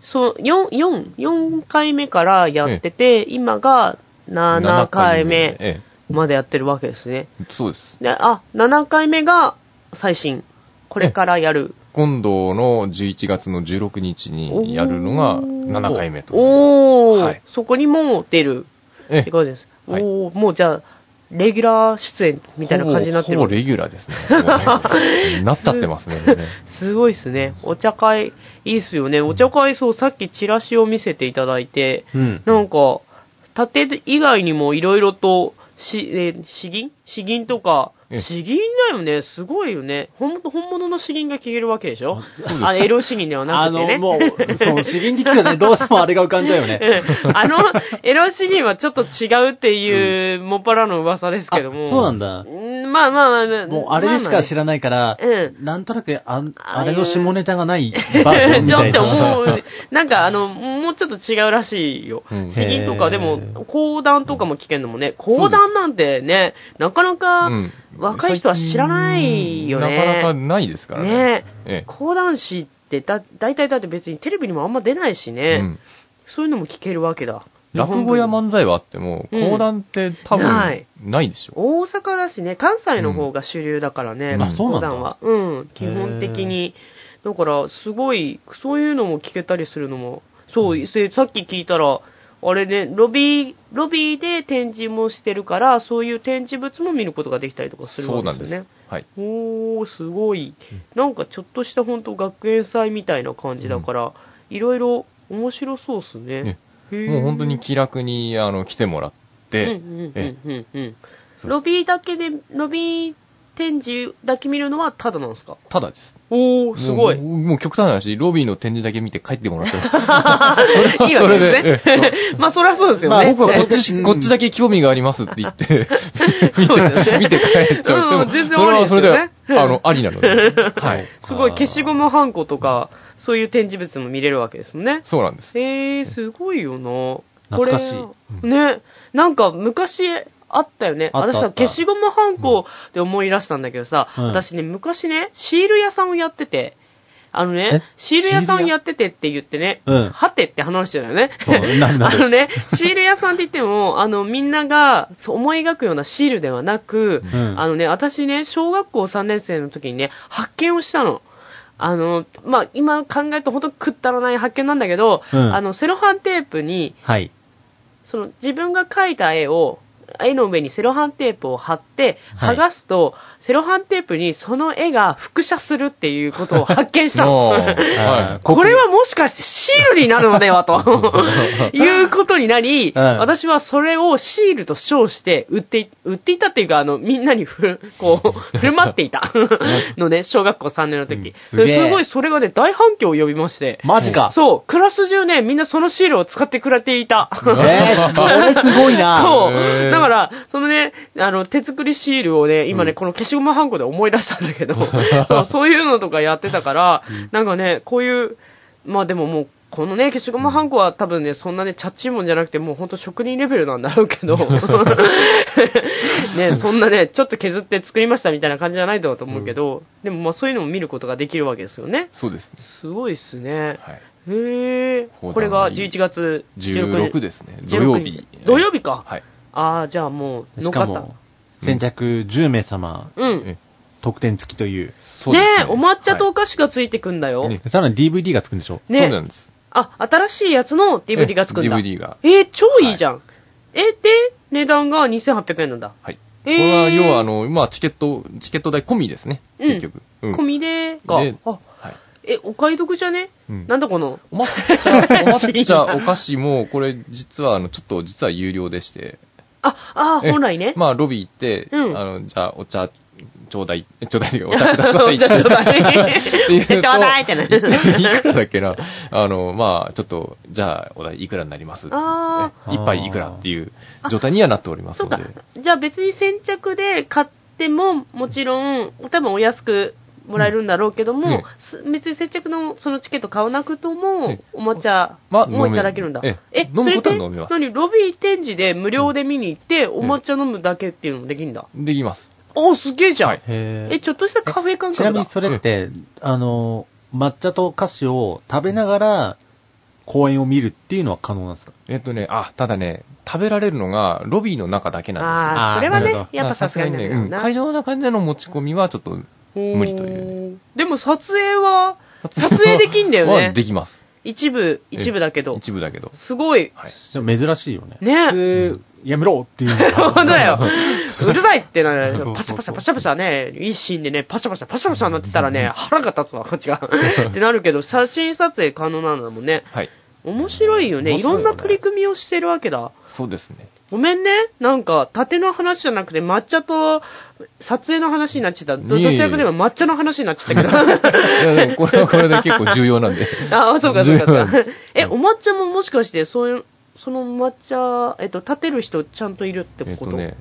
Speaker 2: そう、4、4、4回目からやってて、今が7回目。
Speaker 4: え
Speaker 2: までやってるわけですね。
Speaker 4: え、そうです。
Speaker 2: で、あ、7回目が最新。これからやる。
Speaker 4: 今度の11月の16日にやるのが7回目と。
Speaker 2: おー、
Speaker 4: はい
Speaker 2: そこにも出る
Speaker 4: え
Speaker 2: ってことです。
Speaker 4: はい
Speaker 2: おー、もうじゃあ、レギュラー出演みたいな感じになって
Speaker 4: ほぼほぼ
Speaker 2: る。
Speaker 4: レギュラーですね。なっちゃってますね。これね
Speaker 2: すごいですね。お茶会、いいっすよね。お茶会、そう、さっきチラシを見せていただいて、
Speaker 3: うん。
Speaker 2: なんか、盾以外にもいろいろと、し、えー詩吟詩吟とか、
Speaker 4: ええ
Speaker 2: 詩吟だよね、すごいよね。本物本物の詩吟が聞けるわけでしょあの、エロ詩吟ではな
Speaker 3: あ
Speaker 2: くて
Speaker 3: の、
Speaker 2: ね。
Speaker 3: もう、その、詩吟的にはね、どうしてもあれが浮かんじゃうよね。
Speaker 2: うんあの、エロ詩吟はちょっと違うっていう、もっぱらの噂です
Speaker 3: あ、
Speaker 2: け
Speaker 3: そ
Speaker 2: ど
Speaker 3: う
Speaker 2: も。
Speaker 3: なん だ。
Speaker 2: うんまあまあまあ、
Speaker 3: もう、あれでしか知
Speaker 2: ら
Speaker 3: らないから、
Speaker 2: うん
Speaker 3: なんとなくあ、
Speaker 2: ああ
Speaker 3: あ
Speaker 2: いう
Speaker 3: れの下ネタがないバージョン み
Speaker 2: ち
Speaker 3: た
Speaker 2: ょ
Speaker 3: い
Speaker 2: っとも
Speaker 3: な。
Speaker 2: う、なんかあの、もうちょっと違うらしいよ。
Speaker 4: うん
Speaker 2: 詩吟とか、
Speaker 3: へー
Speaker 2: でも、講談とかも聞けんのもね、講談なんてね、なかなか
Speaker 4: うん
Speaker 2: 若い人は知らないよね。
Speaker 4: なかなかないですからね。え
Speaker 2: 講談師ってだ、大体だって別にテレビにもあんま出ないし
Speaker 4: え
Speaker 2: ね、
Speaker 4: うん
Speaker 2: そういうのも聞けるわけだ。
Speaker 4: 落語や漫才はあっても、
Speaker 2: うん
Speaker 4: 講談って多分
Speaker 2: ない
Speaker 4: ないでしょ。
Speaker 2: 大阪だしね、関西の方が主流だからね、
Speaker 4: うんあ
Speaker 3: そうなんだ
Speaker 2: 講談は。うん、基本的に。だから、すごい、そういうのも聞けたりするのも、そう、せさっき聞いたら、あれね、ロビー、ロビーで展示もしてるから、そういう展示物も見ることができたりとかする
Speaker 4: そうな
Speaker 2: わけで
Speaker 4: んですす
Speaker 2: よね。。
Speaker 4: はい。
Speaker 2: おー、すごい。なんかちょっとした本当学園祭みたいな感じだから、いろいろ面白そうっすね
Speaker 4: ね。
Speaker 2: へー
Speaker 4: もう本当に気楽に、あの、来てもらって、
Speaker 2: うんうん
Speaker 4: え
Speaker 2: うんうんうん
Speaker 4: そう
Speaker 2: ロビーだけで、ロビー展示だけ見るのはタダなんですか
Speaker 4: えただです。
Speaker 2: おおすごい。
Speaker 4: もうもう極端な話、ロビーの展示だけ見て帰ってもらってます。
Speaker 2: いいわけですね。 まあ、そりゃそうですよね。
Speaker 3: まあ僕は
Speaker 4: こっち、
Speaker 3: うん
Speaker 4: こっちだけ興味がありますって 言って、
Speaker 2: そうですね
Speaker 4: 見て帰っちゃう。
Speaker 2: うん全然
Speaker 4: そ
Speaker 2: 悪
Speaker 4: れ
Speaker 2: いで
Speaker 4: は
Speaker 2: す
Speaker 4: そ
Speaker 2: よ
Speaker 4: れ
Speaker 2: ね
Speaker 4: で、あの、ありなので。はい。
Speaker 2: すごい消しゴムハンコとか、そういう展示物も見れるわけですもんね。
Speaker 4: そうなんです。
Speaker 2: えー、すごいよな。
Speaker 3: 懐かしい
Speaker 2: これね、なんか昔あったよね。
Speaker 3: あった
Speaker 2: 私
Speaker 3: あ
Speaker 2: さ、
Speaker 3: った
Speaker 2: 消しゴムハンコで思い出したんだけどさ、
Speaker 3: うん
Speaker 2: 私ね、昔ね、シール屋さんをやってて、あのね、
Speaker 3: え
Speaker 2: シール屋さんやっててって言ってね、
Speaker 3: うん
Speaker 2: はてって話だよね。
Speaker 3: そうなんだ
Speaker 2: あのね、シール屋さんって言っても、あの、みんながそう思い描くようなシールではなく、
Speaker 3: うん
Speaker 2: あのね、私ね、小学校3年生の時にね、発見をしたの。あの、まあ、今考えると本当くったらない発見なんだけど、
Speaker 3: うん
Speaker 2: あの、セロハンテープに、
Speaker 3: はい。
Speaker 2: その自分が描いた絵を、絵の上にセロハンテープを貼って、
Speaker 3: は
Speaker 2: 剥
Speaker 3: い
Speaker 2: がすと、セロハンテープにその絵が複写するっていうことを発見 したの。
Speaker 4: おーは
Speaker 3: こ
Speaker 2: これはもしかしてシールになるので はということになり、
Speaker 3: うん
Speaker 2: 私はそれをシールと称して売ってい、売っていたっていうか、あの、みんなにふる、こ う、振る舞っていたのね、小学校3年の時。
Speaker 3: うんすげえ
Speaker 2: ですごいそれがね、大反響を呼びまして。
Speaker 3: マジか。
Speaker 2: そう、クラス中ね、みんなそのシールを使ってくれていた。
Speaker 3: えー、これすごいな。
Speaker 2: そ
Speaker 4: へ
Speaker 2: う。
Speaker 4: ー
Speaker 2: だから、そのね、あの、手作りシールをね、今ね、この消しゴムハンコで思い出したんだけど、 そう、そういうのとかやってたから、なんかね、こういう、まあでももう、このね、消しゴムハンコは多分ね、そんなね、チャッチーもんじゃなくて、もうほんと職人レベルなんだろうけ ど、ね、そんなね、ちょっと削って作りましたみたいな感じじゃないと思うけど、でもまあそういうのも見ることができるわけですよね。
Speaker 4: そうですね。
Speaker 2: すごいっすね。
Speaker 4: はい。
Speaker 2: へえ。これが11月
Speaker 4: 16ですね。土曜日。
Speaker 2: 土曜日か。
Speaker 4: はい。
Speaker 2: ああ、じゃあもう、
Speaker 3: しかも、先着10名様、
Speaker 2: う
Speaker 4: え
Speaker 2: ん。
Speaker 3: 特典付きという。
Speaker 4: そう
Speaker 2: ね
Speaker 4: です
Speaker 2: え、お抹茶とお
Speaker 4: か
Speaker 2: 菓子がついてくんだよ。
Speaker 4: ね
Speaker 3: さらに DVD がつくんでしょ
Speaker 4: そう
Speaker 2: ね
Speaker 4: なんです。
Speaker 2: あ、新しいやつの DVD がつくんだ。
Speaker 4: え DVD が
Speaker 2: えー、超いいじゃん。え、で、値段が2800円なんだ。
Speaker 4: はい。
Speaker 2: え
Speaker 4: これは、要は、あの、まあ、チケット、チケット代込みですね。
Speaker 2: うん
Speaker 4: 結局。うん。
Speaker 2: 込みでが、
Speaker 4: で
Speaker 2: あ、
Speaker 4: はい。
Speaker 2: え、お買い得じゃね、
Speaker 4: うん
Speaker 2: なんだこの、
Speaker 4: お抹茶、お 抹茶、お菓子も、これ、実は、あの、ちょっと、実は有料でして。
Speaker 2: あ、あ、
Speaker 4: え
Speaker 2: 本来ね。
Speaker 4: まあ、ロビー行って、
Speaker 2: うん
Speaker 4: あの、じゃあ、お茶、ちょうだ い、ちょうだいっていうか、お茶ください。
Speaker 2: お茶ちょうだい
Speaker 4: って言うと
Speaker 2: ちょうだいってな
Speaker 4: いくらだっけな。あの、まあ、ちょっと、じゃあ、お題いくらになります
Speaker 2: あ
Speaker 3: ー
Speaker 4: ね一杯いくらっていう状態にはなっております
Speaker 2: そ
Speaker 4: の
Speaker 2: うか
Speaker 4: で。。
Speaker 2: じゃあ別に先着で買っても、もちろん、多分お安くもらえるんだろうけど
Speaker 4: うんう
Speaker 2: も
Speaker 4: ん、
Speaker 2: す別に先着のそのチケット買わなくと
Speaker 4: は
Speaker 2: も
Speaker 4: い、
Speaker 2: お抹茶
Speaker 4: まあ
Speaker 2: もいただけるんだ。
Speaker 4: 飲めえ飲
Speaker 2: そ
Speaker 4: む
Speaker 2: れ
Speaker 4: こ
Speaker 2: って
Speaker 4: とは飲めます
Speaker 2: 何ロビー展示で無料で見に行って、お抹茶飲むだけっていうのできるんだ。
Speaker 4: できます。
Speaker 2: おすげえじゃん。
Speaker 4: はい
Speaker 3: へー
Speaker 2: え、ちょっとしたカフェ感
Speaker 3: ちな
Speaker 2: 覚
Speaker 3: み
Speaker 2: だ
Speaker 3: に。それって、あの、抹茶と菓子を食べながら公演を見るっていうのは可能なんですか
Speaker 4: えっとね、あ、ただね、食べられるのが、ロビーの中だけなんですよ。
Speaker 2: ああ、
Speaker 3: あー
Speaker 2: それは
Speaker 3: なる
Speaker 2: ね
Speaker 3: ほ、ど
Speaker 2: やっぱさすがになるよ
Speaker 4: うん
Speaker 2: な。。
Speaker 4: 会場の中での持ち込みは、ちょっと、無理という
Speaker 2: でも撮影は、撮影できんだよ
Speaker 4: は
Speaker 2: ね。
Speaker 4: できます。
Speaker 2: 一部、一部だけど。
Speaker 4: 一部だけど。
Speaker 2: すごい。
Speaker 4: はい。
Speaker 3: でも珍しいよね。
Speaker 2: ね
Speaker 3: 普通、やめろっていう
Speaker 2: そう
Speaker 3: のが。
Speaker 2: だよ。うるさいってな
Speaker 3: そうそうそ
Speaker 2: る。
Speaker 3: う
Speaker 2: パシャパシャパシャパシャね、いいシーンでね、パシャパシャパシャパシャなってたらね、腹が立つわ、こっちが。ってなるけど、写真撮影可能なんだもんね。
Speaker 4: はい。
Speaker 2: 面白いよね。
Speaker 4: 面
Speaker 2: い
Speaker 4: 白い
Speaker 2: ろ
Speaker 4: よね
Speaker 2: んな取り組みをしてるわけだ。
Speaker 4: そうですね。
Speaker 2: ごめんね。なんか、縦の話じゃなくて、抹茶と撮影の話になっちゃった。どど
Speaker 4: いえいえ
Speaker 2: ちらかでも抹茶の話になっちゃったけど。
Speaker 4: いや、でもこれはこれで結構重要なんで。
Speaker 2: ああ、そうか、そうか
Speaker 4: 重
Speaker 2: そ
Speaker 4: 要
Speaker 2: う
Speaker 4: な
Speaker 2: か
Speaker 4: んで。
Speaker 2: え、お抹茶ももしかして、そういう、その抹茶、えっと、立てる人ちゃんといるって
Speaker 4: えっ
Speaker 2: ことと、
Speaker 4: ね、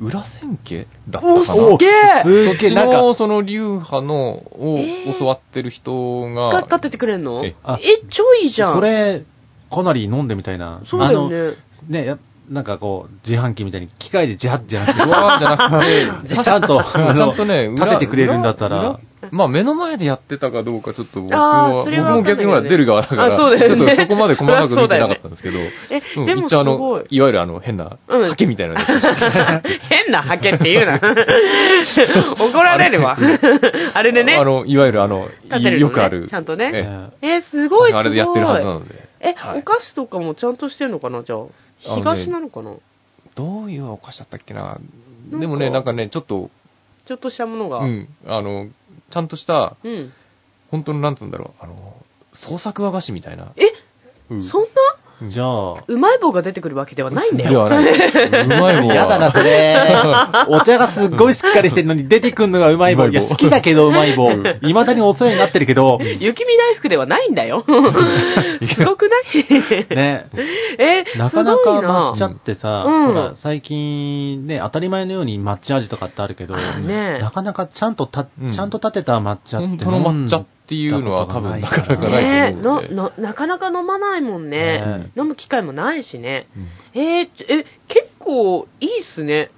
Speaker 4: 裏千家だったか
Speaker 2: お
Speaker 4: な。
Speaker 2: すげえ
Speaker 3: す
Speaker 4: そっ
Speaker 3: っげえ、
Speaker 4: ち
Speaker 3: なんか
Speaker 4: の、、その流派のを
Speaker 2: えー
Speaker 4: 教わってる人
Speaker 2: が
Speaker 4: が、
Speaker 2: 立ててくれんのえ
Speaker 4: え
Speaker 3: あ
Speaker 2: 超いいじゃん。
Speaker 3: それ、かなり飲んでみたいな。
Speaker 2: そうだよね。
Speaker 3: あの、ね、やなんかこう、自販機みたいに、機械で自販自販
Speaker 4: うわーじゃな くて、
Speaker 3: 機ちゃんと、あ
Speaker 4: ちゃ
Speaker 3: の
Speaker 4: んとね、裏
Speaker 3: 立ててくれるんだったら、、
Speaker 4: 裏 まあ目の前でやってたかどうかちょっと僕
Speaker 2: あー
Speaker 4: は、
Speaker 2: そ
Speaker 4: 僕
Speaker 2: れは
Speaker 4: も
Speaker 2: 分かんないよね
Speaker 4: 逆にほら出る側だから、
Speaker 2: あそうだよね
Speaker 4: ちょっとそこまで細かく見てなかったんですけど、
Speaker 2: え
Speaker 4: うん、
Speaker 2: でも
Speaker 4: 一
Speaker 2: す
Speaker 4: 応あ
Speaker 2: ご
Speaker 4: の
Speaker 2: い、。
Speaker 4: いわゆるあの変な、
Speaker 2: うん
Speaker 4: ハケみたいなので、
Speaker 2: 変なハケって言う な。怒られるわ。 あれでね
Speaker 4: あ、の、いわゆるあの、
Speaker 2: 立てるのね
Speaker 4: よくある。
Speaker 2: ちゃんとね
Speaker 4: ええ
Speaker 2: え、すごいすごい。
Speaker 4: あれでやってるはずなので。
Speaker 2: え、
Speaker 4: はい
Speaker 2: お菓子とかもちゃんとしてるのかな、じゃあ。
Speaker 4: ね
Speaker 2: 東なのかな
Speaker 4: どういうお菓子だったっけな
Speaker 2: なんか
Speaker 4: でもね、なんかね、ちょっと、
Speaker 2: ちょっとしたものが。
Speaker 4: う。ん、あの、ちゃんとした、
Speaker 2: うん。
Speaker 4: 本当のなんつうんだろう、あの、創作和菓子みたいな。
Speaker 2: え、
Speaker 4: うん
Speaker 2: そんな
Speaker 3: じゃあ、
Speaker 2: うまい棒が出てくるわけではないんだ
Speaker 4: で
Speaker 2: よ。
Speaker 4: はない。 うまいもんは。
Speaker 3: やだな、それ。 お茶がすっごいしっかりしてるのに出てくんのがうまい棒。
Speaker 4: う
Speaker 3: い
Speaker 4: まい棒
Speaker 3: や、好きだけどうま い棒。未だにお世話になってるけど、
Speaker 2: 雪見大福ではないんだ よ。すごくない
Speaker 3: ね。
Speaker 2: え、
Speaker 3: な
Speaker 2: すご
Speaker 3: か
Speaker 2: い
Speaker 3: なか
Speaker 2: な
Speaker 3: 抹茶ってさ、
Speaker 2: うん
Speaker 3: ほら、最近ね、当たり前のように抹茶味とかってあるけど、
Speaker 2: あね
Speaker 3: なかなかちゃんとた、
Speaker 4: うん
Speaker 3: ちゃんと立てた抹茶って飲ん
Speaker 4: 本当の抹茶っていうのは多分なかなかな
Speaker 2: ね
Speaker 4: いと思う
Speaker 2: なん
Speaker 4: で。
Speaker 2: ななかなか飲まないもんね
Speaker 3: ね
Speaker 2: 飲む機会もないしね
Speaker 4: うん
Speaker 2: えーちえ結構いいっすね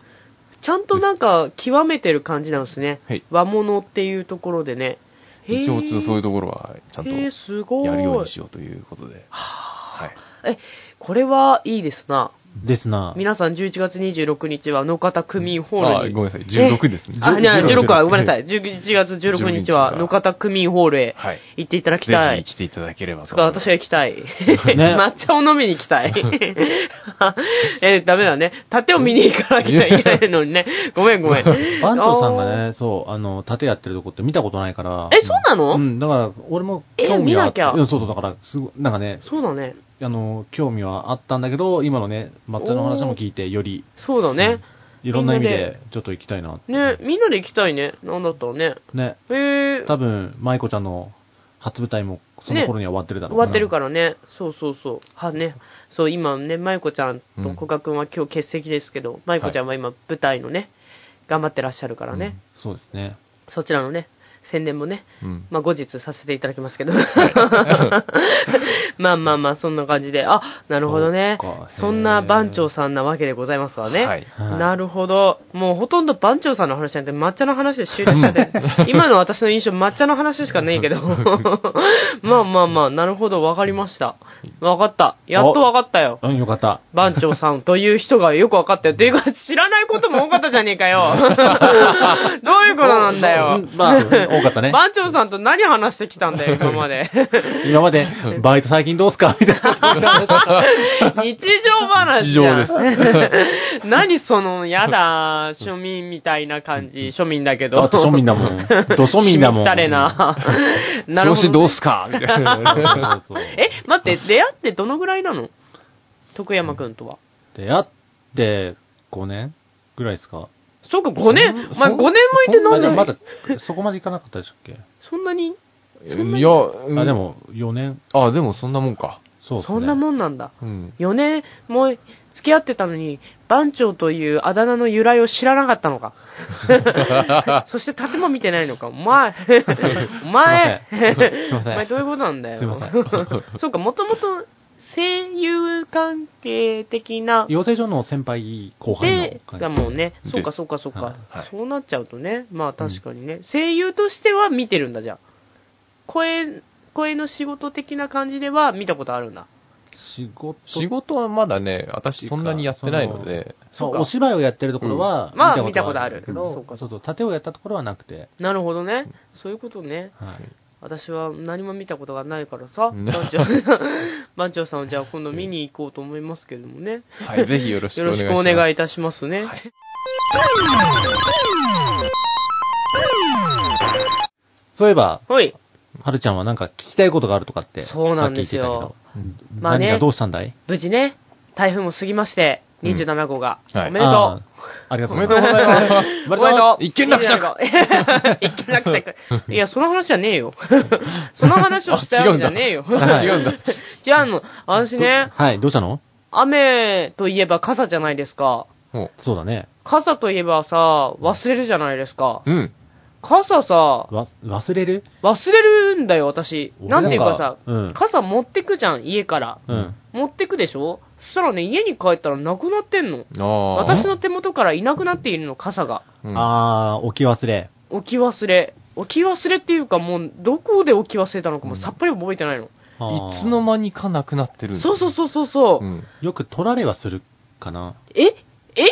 Speaker 2: ちゃんとなんか極めてる感じなんですね、
Speaker 4: はい
Speaker 2: 和物っていうところでね
Speaker 4: 一応、そういう
Speaker 2: と
Speaker 4: ところは、ちゃんと
Speaker 2: えー、すごい
Speaker 4: やるようにしようということで。はい。
Speaker 2: えこれはいいですな
Speaker 3: ですな。
Speaker 2: 皆さん11月26日は野方区民ホー
Speaker 4: あ
Speaker 2: ルに
Speaker 4: ごめんなさい、16ですね。
Speaker 2: あ、いや、16は、ごめんなさ
Speaker 4: い。
Speaker 2: い。11月16日は、野方区民ホールへ
Speaker 4: はい。
Speaker 2: 行っていただき
Speaker 4: ぜ
Speaker 2: たい。
Speaker 4: ひ来ていただければ
Speaker 2: そ
Speaker 4: と
Speaker 2: っか、
Speaker 4: 思いま
Speaker 2: 私
Speaker 4: す。
Speaker 2: は行きたい。
Speaker 3: ね
Speaker 2: 抹茶を飲みに行き たい。えー、ダメだね。盾を見に行かなきゃいけないのにね。ごめんごめん。
Speaker 3: 番長さんが
Speaker 2: ね。
Speaker 3: ね、そう、あの、盾やってるとこって見たことないから。
Speaker 2: え、そうなの、
Speaker 3: うん、だから、俺も
Speaker 2: え
Speaker 3: 興味はあって
Speaker 2: 見なきゃ
Speaker 3: うんそうそう、だから、すごい、なんかね、
Speaker 2: そうだね。
Speaker 3: あの、興味はあったんだけど、今のね、抹茶の話も聞いて、より、
Speaker 2: そうだね。
Speaker 3: いろんな意味
Speaker 2: みんなで
Speaker 3: で、ちょっと行きたいなって。
Speaker 2: ね、みんなで行きたいね。なんだったらね。
Speaker 3: ね。
Speaker 2: えー、
Speaker 3: 多分、舞子ちゃんの初舞台も、その頃には終わってるだろ
Speaker 2: 終
Speaker 3: うな
Speaker 2: わってるからね。そうそうそう。はね。そう、今ね、まゆこちゃんと
Speaker 4: うん
Speaker 2: 古賀くんは今日欠席ですけど、まゆこちゃんは今舞台のね、頑張ってらっしゃるからね。
Speaker 3: そうですね。
Speaker 2: そちらのね、宣伝もね、
Speaker 4: うん
Speaker 2: まあ、後日させていただきます けど。まあまあまあ、そんな感じで。あ、なるほどね
Speaker 3: そうか。
Speaker 2: そんな番長さんなわけでございますわね。
Speaker 4: はい
Speaker 3: はい
Speaker 2: なるほど。もうほとんど番長さんの話なんて抹茶の話で終了しちゃって、 今の私の印象抹茶の話しかねえけど。まあまあまあ、なるほど、わかりました。わかった。やっとわかったよ。
Speaker 3: うん、よかった。
Speaker 2: 番長さんという人がよく分かったよ。ていう か、知らないことも多かったじゃねえかよ。どういうことなんだよ。
Speaker 3: うんまあ、多かったね。
Speaker 2: 番長さんと何話してきたん だよ、今まで。
Speaker 3: 今まで、バイト最近どうすかみたい な。
Speaker 2: 日常話じゃん。
Speaker 4: 日
Speaker 2: 何その、やだ、庶民みたいな感じ。庶民だけど。
Speaker 3: だって庶民だ もん。ド庶民だもん。
Speaker 2: しみったれな。な
Speaker 4: 調
Speaker 2: るほ
Speaker 4: 子
Speaker 2: ど
Speaker 4: どう すかみたいな。
Speaker 3: そうそうそう。
Speaker 2: え、待って、出会ってどのぐらいなの徳山くんとは。
Speaker 3: 出会って5年ぐらいですか
Speaker 2: そうか、5年。お前
Speaker 3: そ
Speaker 2: 5年
Speaker 3: ん
Speaker 2: もいてなん
Speaker 3: そ
Speaker 2: で
Speaker 3: んまだ、そこまでいかなかったでしたっけ
Speaker 2: そんなにそんない
Speaker 4: や、うん
Speaker 3: あ、で。も4年。
Speaker 4: あ、でもそんなもんか。
Speaker 3: そうですね。
Speaker 2: そんなもんなんだ。
Speaker 4: うん。
Speaker 2: 4年も付き合ってたのに、番長というあだ名の由来を知らなかったのか。 そして建物見てないのか。お前、お前、
Speaker 3: すいませんすいません
Speaker 2: お前どういうことなんだよ。
Speaker 3: すいません
Speaker 2: そうか、もともと声優関係的な、
Speaker 3: 養成所の先輩後輩
Speaker 2: で、
Speaker 3: の
Speaker 2: だもんね。そうか、
Speaker 4: で
Speaker 2: そうか、そうか
Speaker 4: はい。
Speaker 2: そうなっちゃうとね。まあ確かにね。声優としては見てるんだ、じゃあ。声、声の仕事的な感じでは見たことあるんだ。
Speaker 3: 仕事
Speaker 4: 仕事はまだね、私そんなにやってないので、
Speaker 3: そ
Speaker 2: そう
Speaker 3: う、
Speaker 2: か
Speaker 3: お芝居をやってるところは
Speaker 2: うんまあ
Speaker 3: け
Speaker 2: 見たことある
Speaker 3: ど、
Speaker 2: そ
Speaker 3: そうう
Speaker 2: か
Speaker 3: そう盾をやったところはなくて、
Speaker 2: なるほどね。そういうことね。
Speaker 3: はい。
Speaker 2: 私は何も見たことがないから さ、
Speaker 4: うん
Speaker 2: 番長、 番長さんをじゃあ今度見に行こうと思いますけどもね。
Speaker 4: はい、ぜひよろしく
Speaker 2: よ
Speaker 4: お
Speaker 2: ろ
Speaker 4: 願
Speaker 2: し
Speaker 4: いし
Speaker 2: く
Speaker 4: ま
Speaker 2: お
Speaker 4: す。
Speaker 2: 願いいたしますね。
Speaker 4: はい
Speaker 3: そういえば、
Speaker 2: はい。
Speaker 3: はるちゃんはなんか聞きたいことがあるとかって、
Speaker 2: そうなんですよ
Speaker 3: さっき言ってたけど。
Speaker 2: まあね
Speaker 3: 何がどうしたんだい
Speaker 2: 無事ね、台風も過ぎまして、
Speaker 4: うん
Speaker 2: 27号が、
Speaker 4: はい
Speaker 2: おめでとう。
Speaker 3: あーありがとうござい
Speaker 4: おめでとうございます
Speaker 3: ます。
Speaker 2: おめで
Speaker 4: と
Speaker 2: と
Speaker 4: う
Speaker 2: う
Speaker 4: 一件落着
Speaker 2: 一件落着。 いや、その話じゃねえよ。 その話をしたわけじゃねえよ。
Speaker 4: あ違うんだ違うんだ。
Speaker 2: じゃあ、あの、私ね、
Speaker 3: はい、どうしたの
Speaker 2: 雨といえば傘じゃないですか。
Speaker 4: も
Speaker 3: そうだね。
Speaker 2: 傘といえばさ、忘れるじゃないですか
Speaker 4: う。。うん。
Speaker 2: 傘さ、
Speaker 3: わ、忘れる
Speaker 2: 忘れるんだよ、私。
Speaker 3: 俺
Speaker 2: なんていうかさ、
Speaker 3: なんかうん
Speaker 2: 傘持ってくじゃん、家から。
Speaker 3: うん。
Speaker 2: 持ってくでしょそしたらね、家に帰ったらなくなってんの。
Speaker 4: ああ。
Speaker 2: 私の手元からいなくなっているの、傘が。
Speaker 4: うん、
Speaker 3: あー、置き忘れ。
Speaker 2: 置き忘れ。置き忘れっていうか、もう、どこで置き忘れたのかもさっぱり覚えてないの。
Speaker 3: あー
Speaker 4: いつの間にかなくなってるんだ
Speaker 2: そうそうそうそうそう。
Speaker 4: うん。
Speaker 3: よく取られはするかな。
Speaker 2: ええ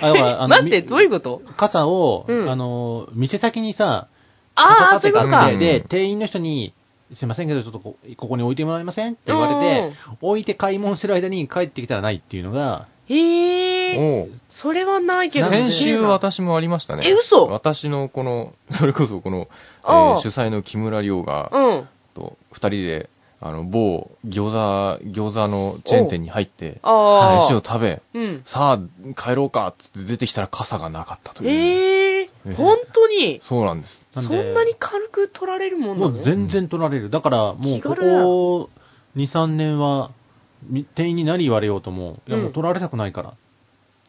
Speaker 3: あだからあ の
Speaker 2: 待って、
Speaker 3: み
Speaker 2: どういうこと
Speaker 3: 傘を、
Speaker 2: うん
Speaker 3: あの、店先にさ、
Speaker 2: ああ、そう
Speaker 3: 立
Speaker 2: い
Speaker 3: て
Speaker 2: うこ
Speaker 3: が
Speaker 2: と
Speaker 3: あ
Speaker 2: か
Speaker 3: って。
Speaker 4: うん
Speaker 3: で、店員の人に、すいませんけど、ちょっとこここに置いてもらえませんって言われて、置いて買い物してる間に帰ってきたらないっていうのが、
Speaker 2: へえ、
Speaker 4: おう
Speaker 2: それはないけど。
Speaker 4: 先週私もありましたね。
Speaker 2: え嘘
Speaker 4: 私のこの、 それこそこの、えー
Speaker 2: ああ
Speaker 4: 主催の木村亮が、
Speaker 2: うん。
Speaker 4: と二人で、あの、某餃子、餃子のチェーン店に入って、
Speaker 2: あ
Speaker 4: 飯を
Speaker 2: あ。
Speaker 4: 食べ、
Speaker 2: うん。
Speaker 4: さあ、帰ろうかっつって出てきたら傘がなかったという。
Speaker 2: ええ
Speaker 4: ええ
Speaker 2: 本当に、
Speaker 4: そうなんです。
Speaker 2: そ
Speaker 3: なんで
Speaker 2: んなに軽く取られるもんな
Speaker 3: も
Speaker 2: の
Speaker 3: う全然取られる。だから、もう
Speaker 2: 気
Speaker 3: こ
Speaker 2: 軽だ
Speaker 3: こ2、3年は、み店員に何言われようとも、いや
Speaker 2: うん
Speaker 3: もう取られたくないから。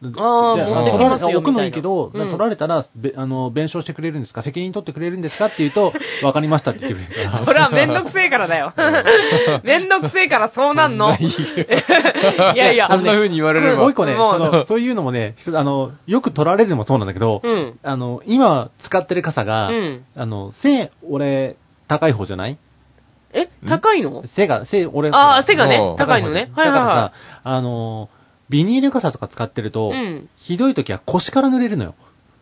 Speaker 2: あー
Speaker 3: で
Speaker 4: 持ってき
Speaker 3: 取ら
Speaker 2: ます
Speaker 3: れ
Speaker 2: よ
Speaker 3: 置くのいいけど、
Speaker 2: みたいなうん
Speaker 3: 取られたら、べあの、弁償してくれるんですか責任取ってくれるんですかって言 うと、わかりましたって言ってくれるか
Speaker 2: それはめんどくせえからだ よ。めんどくせえからそうなんの。いやいや
Speaker 4: あ、んな風に言われれ
Speaker 3: ら。
Speaker 4: ば。
Speaker 3: もう一個ね、
Speaker 2: もう
Speaker 3: その、そういうのもね、ひとあの、よく取られるのもそうなんだけど、
Speaker 2: うん。
Speaker 3: あの、今使ってる傘
Speaker 2: う
Speaker 3: が、
Speaker 2: ん。
Speaker 3: あの、背、俺、高い方じゃない
Speaker 2: え、高いの
Speaker 3: 背が、背、俺、
Speaker 2: ああ、背がね
Speaker 4: う、ん
Speaker 2: 高いのね。
Speaker 3: だ
Speaker 2: は
Speaker 3: か
Speaker 2: いはい
Speaker 3: ら
Speaker 2: は
Speaker 3: さ、あのー、ビニール傘とか使ってる
Speaker 2: い。
Speaker 3: と、
Speaker 2: うん。
Speaker 3: ひどい時は腰から濡れるのよ。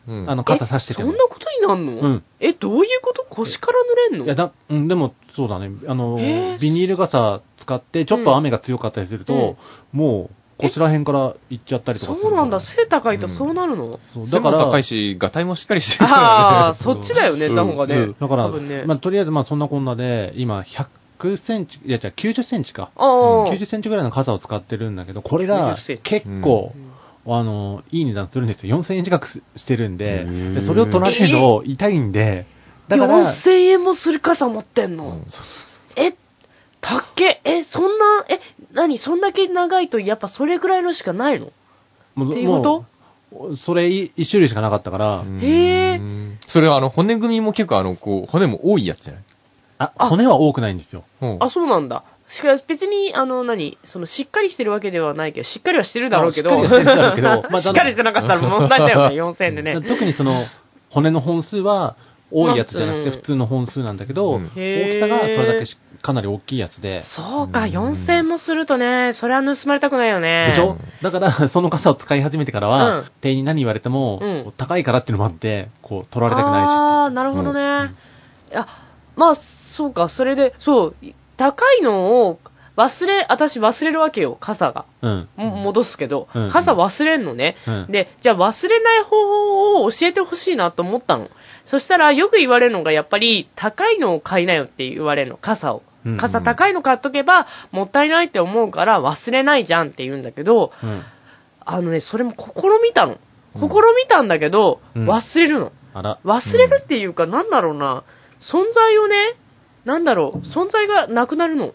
Speaker 4: うん
Speaker 3: あの、傘差してて
Speaker 2: そ
Speaker 3: も。
Speaker 2: んなことになんの
Speaker 3: うん
Speaker 2: え、どういうこと腰から濡れんの
Speaker 3: いやだ、うん、でも、そうだね。あのー
Speaker 2: えー
Speaker 3: ビニール傘使って、ちょっと雨が強かったりすると、もう、腰ら辺から行っちゃったりとかする
Speaker 2: そうなんだ、
Speaker 3: そ
Speaker 2: 背高いとそうなる の
Speaker 3: う
Speaker 4: だ
Speaker 3: だ
Speaker 4: か。
Speaker 3: からら、
Speaker 4: 高いし、ガタイもしっかりしてる
Speaker 2: ああ、
Speaker 4: か
Speaker 2: そっちだよね、
Speaker 4: うん
Speaker 2: た方が
Speaker 4: う
Speaker 2: ね
Speaker 4: ん。
Speaker 3: だから、
Speaker 2: 多分ね
Speaker 3: まあ、とりあえず、まあ、そんなこんなで、今、100センチ、いや、じゃあ90センチか。
Speaker 2: ああ。
Speaker 3: 90センチぐらいの傘を使ってるんだけど、これが
Speaker 2: 90センチ
Speaker 3: 結構、あの、いい値段するんですよ。4000円近くすしてるんで、
Speaker 4: へー
Speaker 3: でそれを取られるの痛いんで、だから、
Speaker 2: 4000円もする傘持ってん
Speaker 4: ら。
Speaker 2: の、
Speaker 4: うん
Speaker 2: えたっけえそんなえ何そんだけ長いとやっぱそれぐらいのしかないの
Speaker 3: も
Speaker 2: っていうこと
Speaker 3: もうそれい一種類しかなかったから、
Speaker 2: へえ
Speaker 4: うんそれはあの、骨組みも結構あの、こう、骨も多いやつじゃない
Speaker 3: あ、
Speaker 2: あ
Speaker 3: 骨は多くないんですよ。
Speaker 4: うん
Speaker 2: あそうなんだしかし別にあの何そのしっかりしてるわけではないけどしっかりはしてるだろうけど
Speaker 3: あのしっかりはしてるだろう けどまあ
Speaker 2: しっかりしてなかったら問題だよね4000円でね
Speaker 3: だから特にその、骨の本数は多いやつじゃなく
Speaker 2: ま
Speaker 3: て
Speaker 2: あ
Speaker 3: 普通の本数なんだけど、
Speaker 4: うん
Speaker 2: へー
Speaker 3: 大きさがそれだけしかなり大きいやつで、
Speaker 2: そうか
Speaker 4: うん
Speaker 2: 4000円もするとねそれは盗まれたくないよね
Speaker 3: でし
Speaker 4: う
Speaker 3: ょ
Speaker 4: ん
Speaker 3: だから、その傘を使い始めてからは、
Speaker 2: うん
Speaker 3: 店員に何言われても、
Speaker 2: うん
Speaker 3: こう高いからっていうのもあって、こう、取られたくないしっていう。
Speaker 2: ああーなるほどね、あ、まあ、そうか、それで、そう、高いのを忘れ、私忘れるわけよ、傘が。
Speaker 3: うん。
Speaker 2: も戻すけど、
Speaker 3: うん
Speaker 2: 傘忘れんのね、
Speaker 3: うん
Speaker 2: で、じゃあ忘れない方法を教えてほしいなと思ったの。そしたら、よく言われるのが、やっぱり、高いのを買いなよって言われるの、傘を
Speaker 3: うんうん。
Speaker 2: 傘高いの買っとけば、もったいないって思うから忘れないじゃんって言うんだけど、
Speaker 3: うん。
Speaker 2: あのね、それも試みたの。
Speaker 4: う
Speaker 2: 試
Speaker 4: ん
Speaker 2: みたんだけど、
Speaker 3: うん
Speaker 2: 忘れるの。
Speaker 3: あら。
Speaker 2: 忘れるっていうか、なんだろうな、存在をね、なんだろう、存在がなくなるの。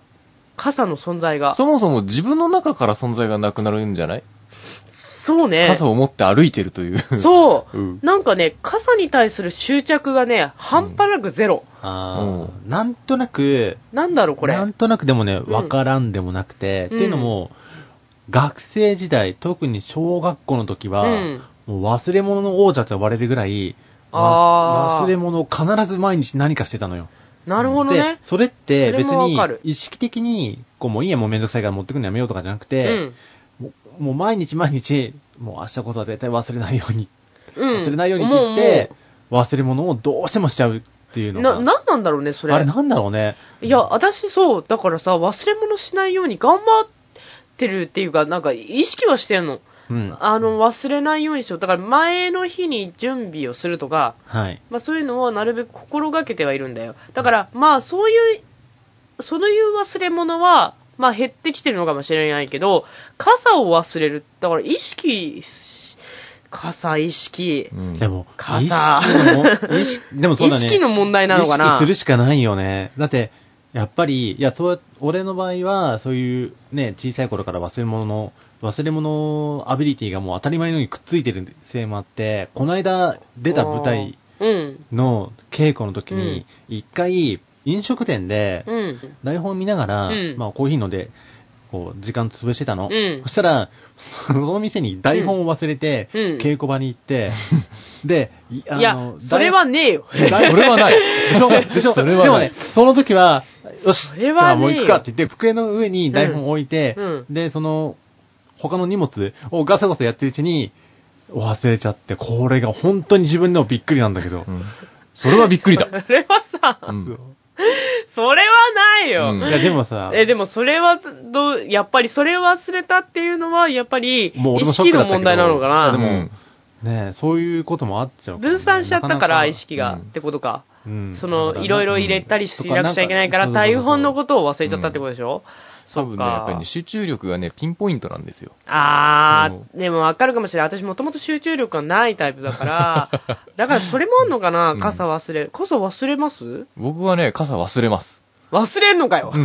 Speaker 2: 傘の存在が。
Speaker 4: そもそも自分の中から存在がなくなるんじゃない
Speaker 2: そうね。
Speaker 4: 傘を持って歩いてるという。。
Speaker 2: そううんなんかね、傘に対する執着がね、半端なくゼロ。
Speaker 3: あーなんとなく、
Speaker 2: なんだろう、これ。
Speaker 3: なんとなくでもね、わからんでもなくて、
Speaker 2: うん
Speaker 3: っていうのも、学生時代、特に小学校の時は、
Speaker 2: うん
Speaker 3: もう忘れ物の王者と呼ばれるぐらい、わ
Speaker 2: あー
Speaker 3: 忘れ物を必ず毎日何かしてたのよ。
Speaker 2: なるほど
Speaker 3: で
Speaker 2: ね、。
Speaker 3: それって別
Speaker 2: それも
Speaker 3: に
Speaker 2: わかる
Speaker 3: 意識的に、こうもういいや、もうめんどくさいから持ってくのやめようとかじゃなく
Speaker 2: う
Speaker 3: て、
Speaker 2: ん。
Speaker 3: もうもう毎日毎日、もう明日こそは絶対忘れないように、
Speaker 2: うん。
Speaker 3: 忘れないようにって
Speaker 2: も
Speaker 3: 言って、忘れ物をどうしてもしちゃうっていう
Speaker 2: う
Speaker 3: の
Speaker 2: もうな、
Speaker 3: が。
Speaker 2: なんなんだろうね、それ。
Speaker 3: あれなんだろうね。
Speaker 2: いや、私そう、だからさ、忘れ物しないように頑張ってるっていうか、なんか意識はしてんの。
Speaker 3: うん。
Speaker 2: あの、忘れないようにしよう。だから前の日に準備をするとか、
Speaker 3: はい。
Speaker 2: まあそういうのをなるべく心がけてはいるんだよ。だから、まあそういう、そのいう忘れ物は、まあ減ってきてるのかもしれないけど、傘を忘れる。だから意識し、傘意識。
Speaker 4: うん
Speaker 3: でも、
Speaker 2: 傘
Speaker 3: 意識のも、意識、でもそうだね。
Speaker 2: 意識の問題なのかな
Speaker 3: 意識するしかないよね。だって、やっぱり、いや、そうや、俺の場合は、そういう、ね、小さい頃から忘れ物の、忘れ物のアビリティがもう当たり前のようにくっついてるせいもあって、この間出た舞台
Speaker 2: うん。
Speaker 3: の稽古の時に、一回、飲食店で、
Speaker 2: うん。
Speaker 3: 台本見ながら、
Speaker 2: うん
Speaker 3: まあコーヒー飲んで、こう、時間潰してたの。
Speaker 2: うん
Speaker 3: そしたら、 その店に台本を忘れて、
Speaker 2: うんうん
Speaker 3: 稽古場に行 って、で、い
Speaker 2: いや、それは、ねえよ。
Speaker 3: 台台
Speaker 4: それはない。
Speaker 3: でしょでし ょ
Speaker 4: それ
Speaker 3: でも
Speaker 4: はない
Speaker 3: ね、その時は、よし、
Speaker 2: そ
Speaker 3: じ
Speaker 2: れはね
Speaker 3: ゃあもう行くかって言って、机の上に台本を置いて、
Speaker 2: うん
Speaker 3: で、その、他の荷物をガサガサやってるうちに、忘れちゃって、これが本当に自分でもびっくりなんだけど、
Speaker 4: うんそれはび っくりだ。
Speaker 2: それはさ、
Speaker 4: うん
Speaker 2: それはないよ。
Speaker 4: うん
Speaker 3: いや、でもさ、
Speaker 2: え、でもそれは、どう、やっぱりそれを忘れたっていうのは、やっぱり、意
Speaker 3: もう俺もショッ
Speaker 2: 識
Speaker 3: クだ
Speaker 2: の
Speaker 3: った
Speaker 2: 問題
Speaker 3: けど
Speaker 2: なのかな。
Speaker 3: でも
Speaker 4: うん
Speaker 3: ねえそういうこともあっちゃうからね
Speaker 2: 分散しちゃった
Speaker 3: な
Speaker 2: か
Speaker 3: な
Speaker 2: ら、意識が、
Speaker 4: うん
Speaker 2: ってことか。
Speaker 3: うん
Speaker 2: そ
Speaker 3: だか
Speaker 2: の、
Speaker 3: ら
Speaker 2: いろいろ入れたりしなくちゃいけないから、
Speaker 3: となんか
Speaker 2: 台本のことを忘れちゃったってことでしょ、
Speaker 4: 多
Speaker 2: そ
Speaker 4: 分
Speaker 2: っ
Speaker 4: ね、やっぱり
Speaker 2: か
Speaker 4: ね、。集中力がね、ピンポイントなんですよ。
Speaker 2: あ
Speaker 4: う
Speaker 2: ー、でもわかるかもしれない。私もともと集中力がないタイプだから、だからそれもあんのかな傘忘れ。傘忘れます
Speaker 4: 僕はね、傘忘れます。
Speaker 2: 忘れんのかよ。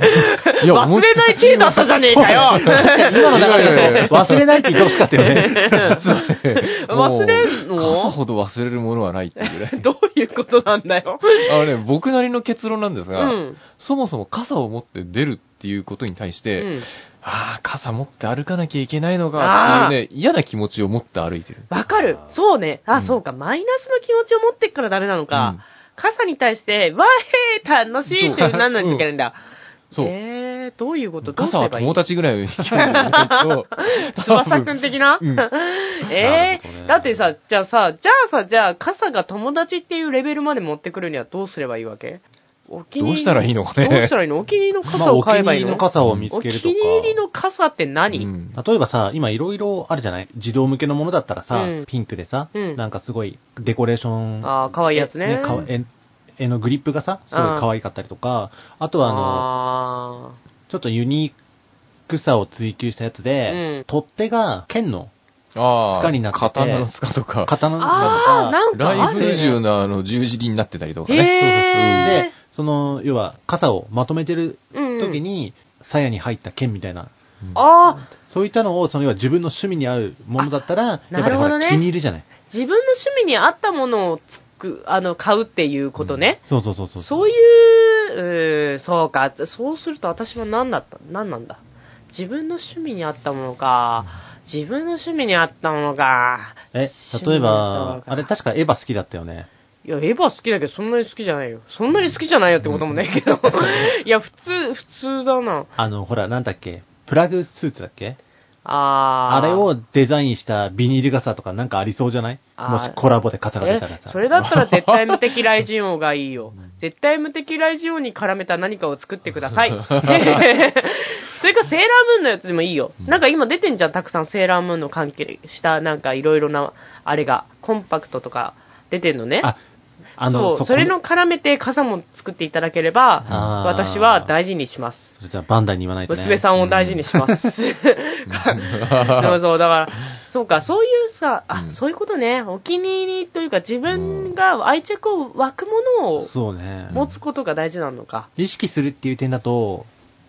Speaker 4: いや
Speaker 2: 忘れない系だったじゃねえかよ。
Speaker 3: 今の中で忘れないって言ってほしかったよ ね。
Speaker 4: もう
Speaker 2: 忘れんの
Speaker 4: 傘ほど忘れるものはないっていうぐらい。
Speaker 2: どういうことなんだよ。
Speaker 4: あのね、僕なりの結論なんです
Speaker 2: う
Speaker 4: が、
Speaker 2: ん。
Speaker 4: そもそも傘を持って出るっていうことに対し
Speaker 2: う
Speaker 4: て、
Speaker 2: ん
Speaker 4: ああ、傘持って歩かなきゃいけないのかっていうね、嫌な気持ちを持って歩いてる。
Speaker 2: わかる。そうね。あ、
Speaker 4: うん
Speaker 2: そうか。マイナスの気持ちを持ってっからダメなのか。傘に対して、わーへー楽しいってなんないといけないんだ。
Speaker 4: そう。
Speaker 2: えー、どういうことどうす
Speaker 4: 傘
Speaker 2: れ
Speaker 4: は
Speaker 2: ばいい
Speaker 4: 友達ぐらいを引き寄せないと
Speaker 2: 翼くん的な、
Speaker 4: うん
Speaker 2: え
Speaker 3: なるほど
Speaker 2: ー、
Speaker 3: ね
Speaker 2: だってさ、じゃあさ、じゃあさ、じゃあ傘が友達っていうレベルまで持ってくるにはどうすればいいわけお気に入り
Speaker 4: どうしたらいいのかね
Speaker 2: どうしたらいいのお気に入りの
Speaker 3: ま
Speaker 2: 傘
Speaker 3: あ、
Speaker 2: を
Speaker 3: お気
Speaker 2: 買え
Speaker 3: に
Speaker 2: ば
Speaker 3: 入
Speaker 2: いい
Speaker 3: り
Speaker 2: の、
Speaker 3: の傘を見つけるとか。
Speaker 2: お気に入りの傘って何、
Speaker 4: うん
Speaker 3: 例えばさ、今いろいろあるじゃない児童向けのものだったらさ、
Speaker 2: うん
Speaker 3: ピンクでさ、
Speaker 2: うん
Speaker 3: なんかすごいデコレーション。
Speaker 2: あー可愛いやつね
Speaker 3: えかわえ絵のグリップがさ、すごい可愛かったりとか、あとはあの、
Speaker 2: あ
Speaker 3: ちょっとユニークさを追求したやつで、
Speaker 2: うん
Speaker 3: 取っ手が剣の
Speaker 4: ああ、
Speaker 3: 塚になってて
Speaker 4: 刀の塚とか、
Speaker 3: 刀の
Speaker 2: あー
Speaker 3: な
Speaker 2: なんか
Speaker 3: んか、
Speaker 4: ライフル銃のあの十字木になってたりとか
Speaker 2: ー。
Speaker 4: ね。
Speaker 2: へ
Speaker 3: で
Speaker 2: ー。、
Speaker 3: その、要は傘をまとめてる
Speaker 2: うんうん
Speaker 3: 時に、鞘に入った剣みたいな、
Speaker 2: ああ、
Speaker 3: そういったのを、その要は自分の趣味に合うものだったら、やっぱ
Speaker 2: なる
Speaker 3: り
Speaker 2: ほ
Speaker 3: ほ
Speaker 2: ど
Speaker 3: ら
Speaker 2: ね
Speaker 3: 気に入るじゃない。
Speaker 2: 自分の趣味に合ったものをつく、あの、買うっていうことね。
Speaker 3: そうそうそうそう。
Speaker 2: そういう、うーそうか。そうすると私は何だった何なんだ自分の趣味に合ったものか。自分の趣味に合ったものか。
Speaker 3: え、
Speaker 2: 趣味
Speaker 3: 例え
Speaker 2: に合っ
Speaker 3: ば、
Speaker 2: たも
Speaker 3: あ
Speaker 2: の
Speaker 3: れ
Speaker 2: か
Speaker 3: 確かエヴァ好きだったよね。
Speaker 2: いや、エヴァ好きだけど、そんなに好きじゃないよ。そんなに好きじゃないよってこともないけ ど。いや、普通、普通だな。
Speaker 3: あの、ほら、なんだっけ、プラグスーツだっけ
Speaker 2: あー
Speaker 3: あれをデザインしたビニール傘とかなんかありそうじゃない
Speaker 2: あー
Speaker 3: もしコラボで傘が出たら
Speaker 2: え
Speaker 3: さ。
Speaker 2: それだったら絶対無敵雷神王がいいよ。絶対無敵ラジオに絡めた何かを作ってくだ さい。 それかセーラームーンのやつでもいいよ。なんか今出てんじゃん、たくさんセーラームーンの関係した、なんかいろいろな、あれが、コンパクトとか出てんのね。
Speaker 3: あ、あの、
Speaker 2: そう、
Speaker 3: こ
Speaker 2: それの絡めて傘も作っていただければ
Speaker 3: あ、ー
Speaker 2: 私は大事にします。
Speaker 3: それじゃあバンダイに言わないとね。
Speaker 2: 娘さんを大事にします。 でもそう、だから、そうか、そういうさ、あ、
Speaker 4: うん
Speaker 2: そういうことね、お気に入りというか自分が愛着を湧くもの
Speaker 3: う
Speaker 2: を
Speaker 3: んそうね。
Speaker 2: 持つことが大事なのか。
Speaker 3: 意識するっていう点だと、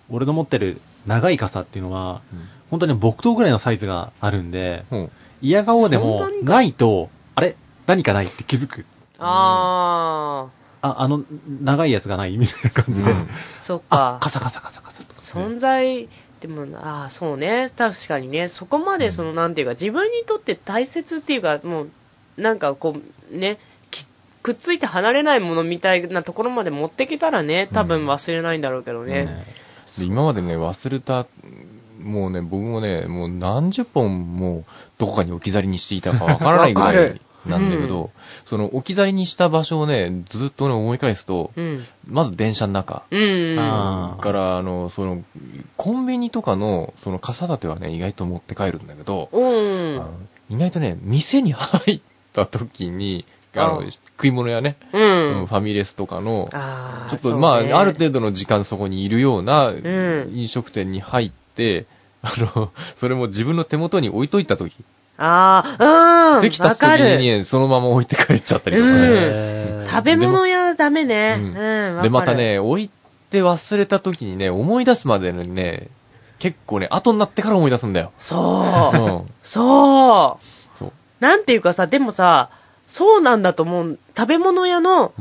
Speaker 3: 俺の持ってる長い傘っていうのは、本当に木刀ぐらいのサイズがあるんで、
Speaker 4: うん。
Speaker 3: 嫌顔で
Speaker 2: そ
Speaker 3: も
Speaker 2: んなにか
Speaker 3: ないと、あれ何かないって気づく。
Speaker 2: あ
Speaker 3: あ、あの、長いやつがないみたいな感じで。
Speaker 4: うん
Speaker 2: あ、そっか、
Speaker 3: あカ。サカサカサカサとかね。
Speaker 2: 存在、でも、ああ、そうね、確かにね、そこまで、その、なんていうか、自分にとって大切っていうか、もう、なんかこう、ね、きくっついて離れないものみたいなところまで持ってきたらね、多分忘れないんだろうけどね。
Speaker 3: ね
Speaker 4: で今までね、忘れた、もうね、僕もね、もう何十本もうどこかに置き去りにしていたかわからないぐらいなんだ けど、その置き去りにした場所をね、ずっとね、思い返すと、
Speaker 2: うん。
Speaker 4: まず電車の中。
Speaker 2: うんうん。
Speaker 3: あー
Speaker 4: から、あの、その、コンビニとかの、その傘立てはね、意外と持って帰るんだけど、
Speaker 2: うん。
Speaker 4: あの意外とね、店に入った時に、あの
Speaker 2: あ
Speaker 4: 食い物やね、
Speaker 2: う
Speaker 4: うん
Speaker 2: ん。
Speaker 4: ファミレスとかの、
Speaker 2: ああ。
Speaker 4: ちょっと、
Speaker 2: そうね
Speaker 4: まあ、ある程度の時間そこにいるような、
Speaker 2: ん
Speaker 4: 飲食店に入って、あの、それも自分の手元に置いといた時、
Speaker 2: ああ、うん。
Speaker 4: 席立
Speaker 2: わ
Speaker 4: つ時
Speaker 2: か
Speaker 4: に
Speaker 2: る。
Speaker 4: ね、そのまま置いて帰っちゃったりとか
Speaker 2: うん
Speaker 4: ね。
Speaker 3: へー
Speaker 2: 食べ物屋はダメね。
Speaker 4: う
Speaker 2: うんん。わかる
Speaker 4: で、また。ね、置いて忘れた時にね、思い出すまでにね、結構ね、後になってから思い出すんだよ。う
Speaker 2: そう。
Speaker 4: ん。
Speaker 2: そ
Speaker 4: そう。
Speaker 2: う。なんていうかさ、でもさ、そうなんだと思う。食べ物屋の、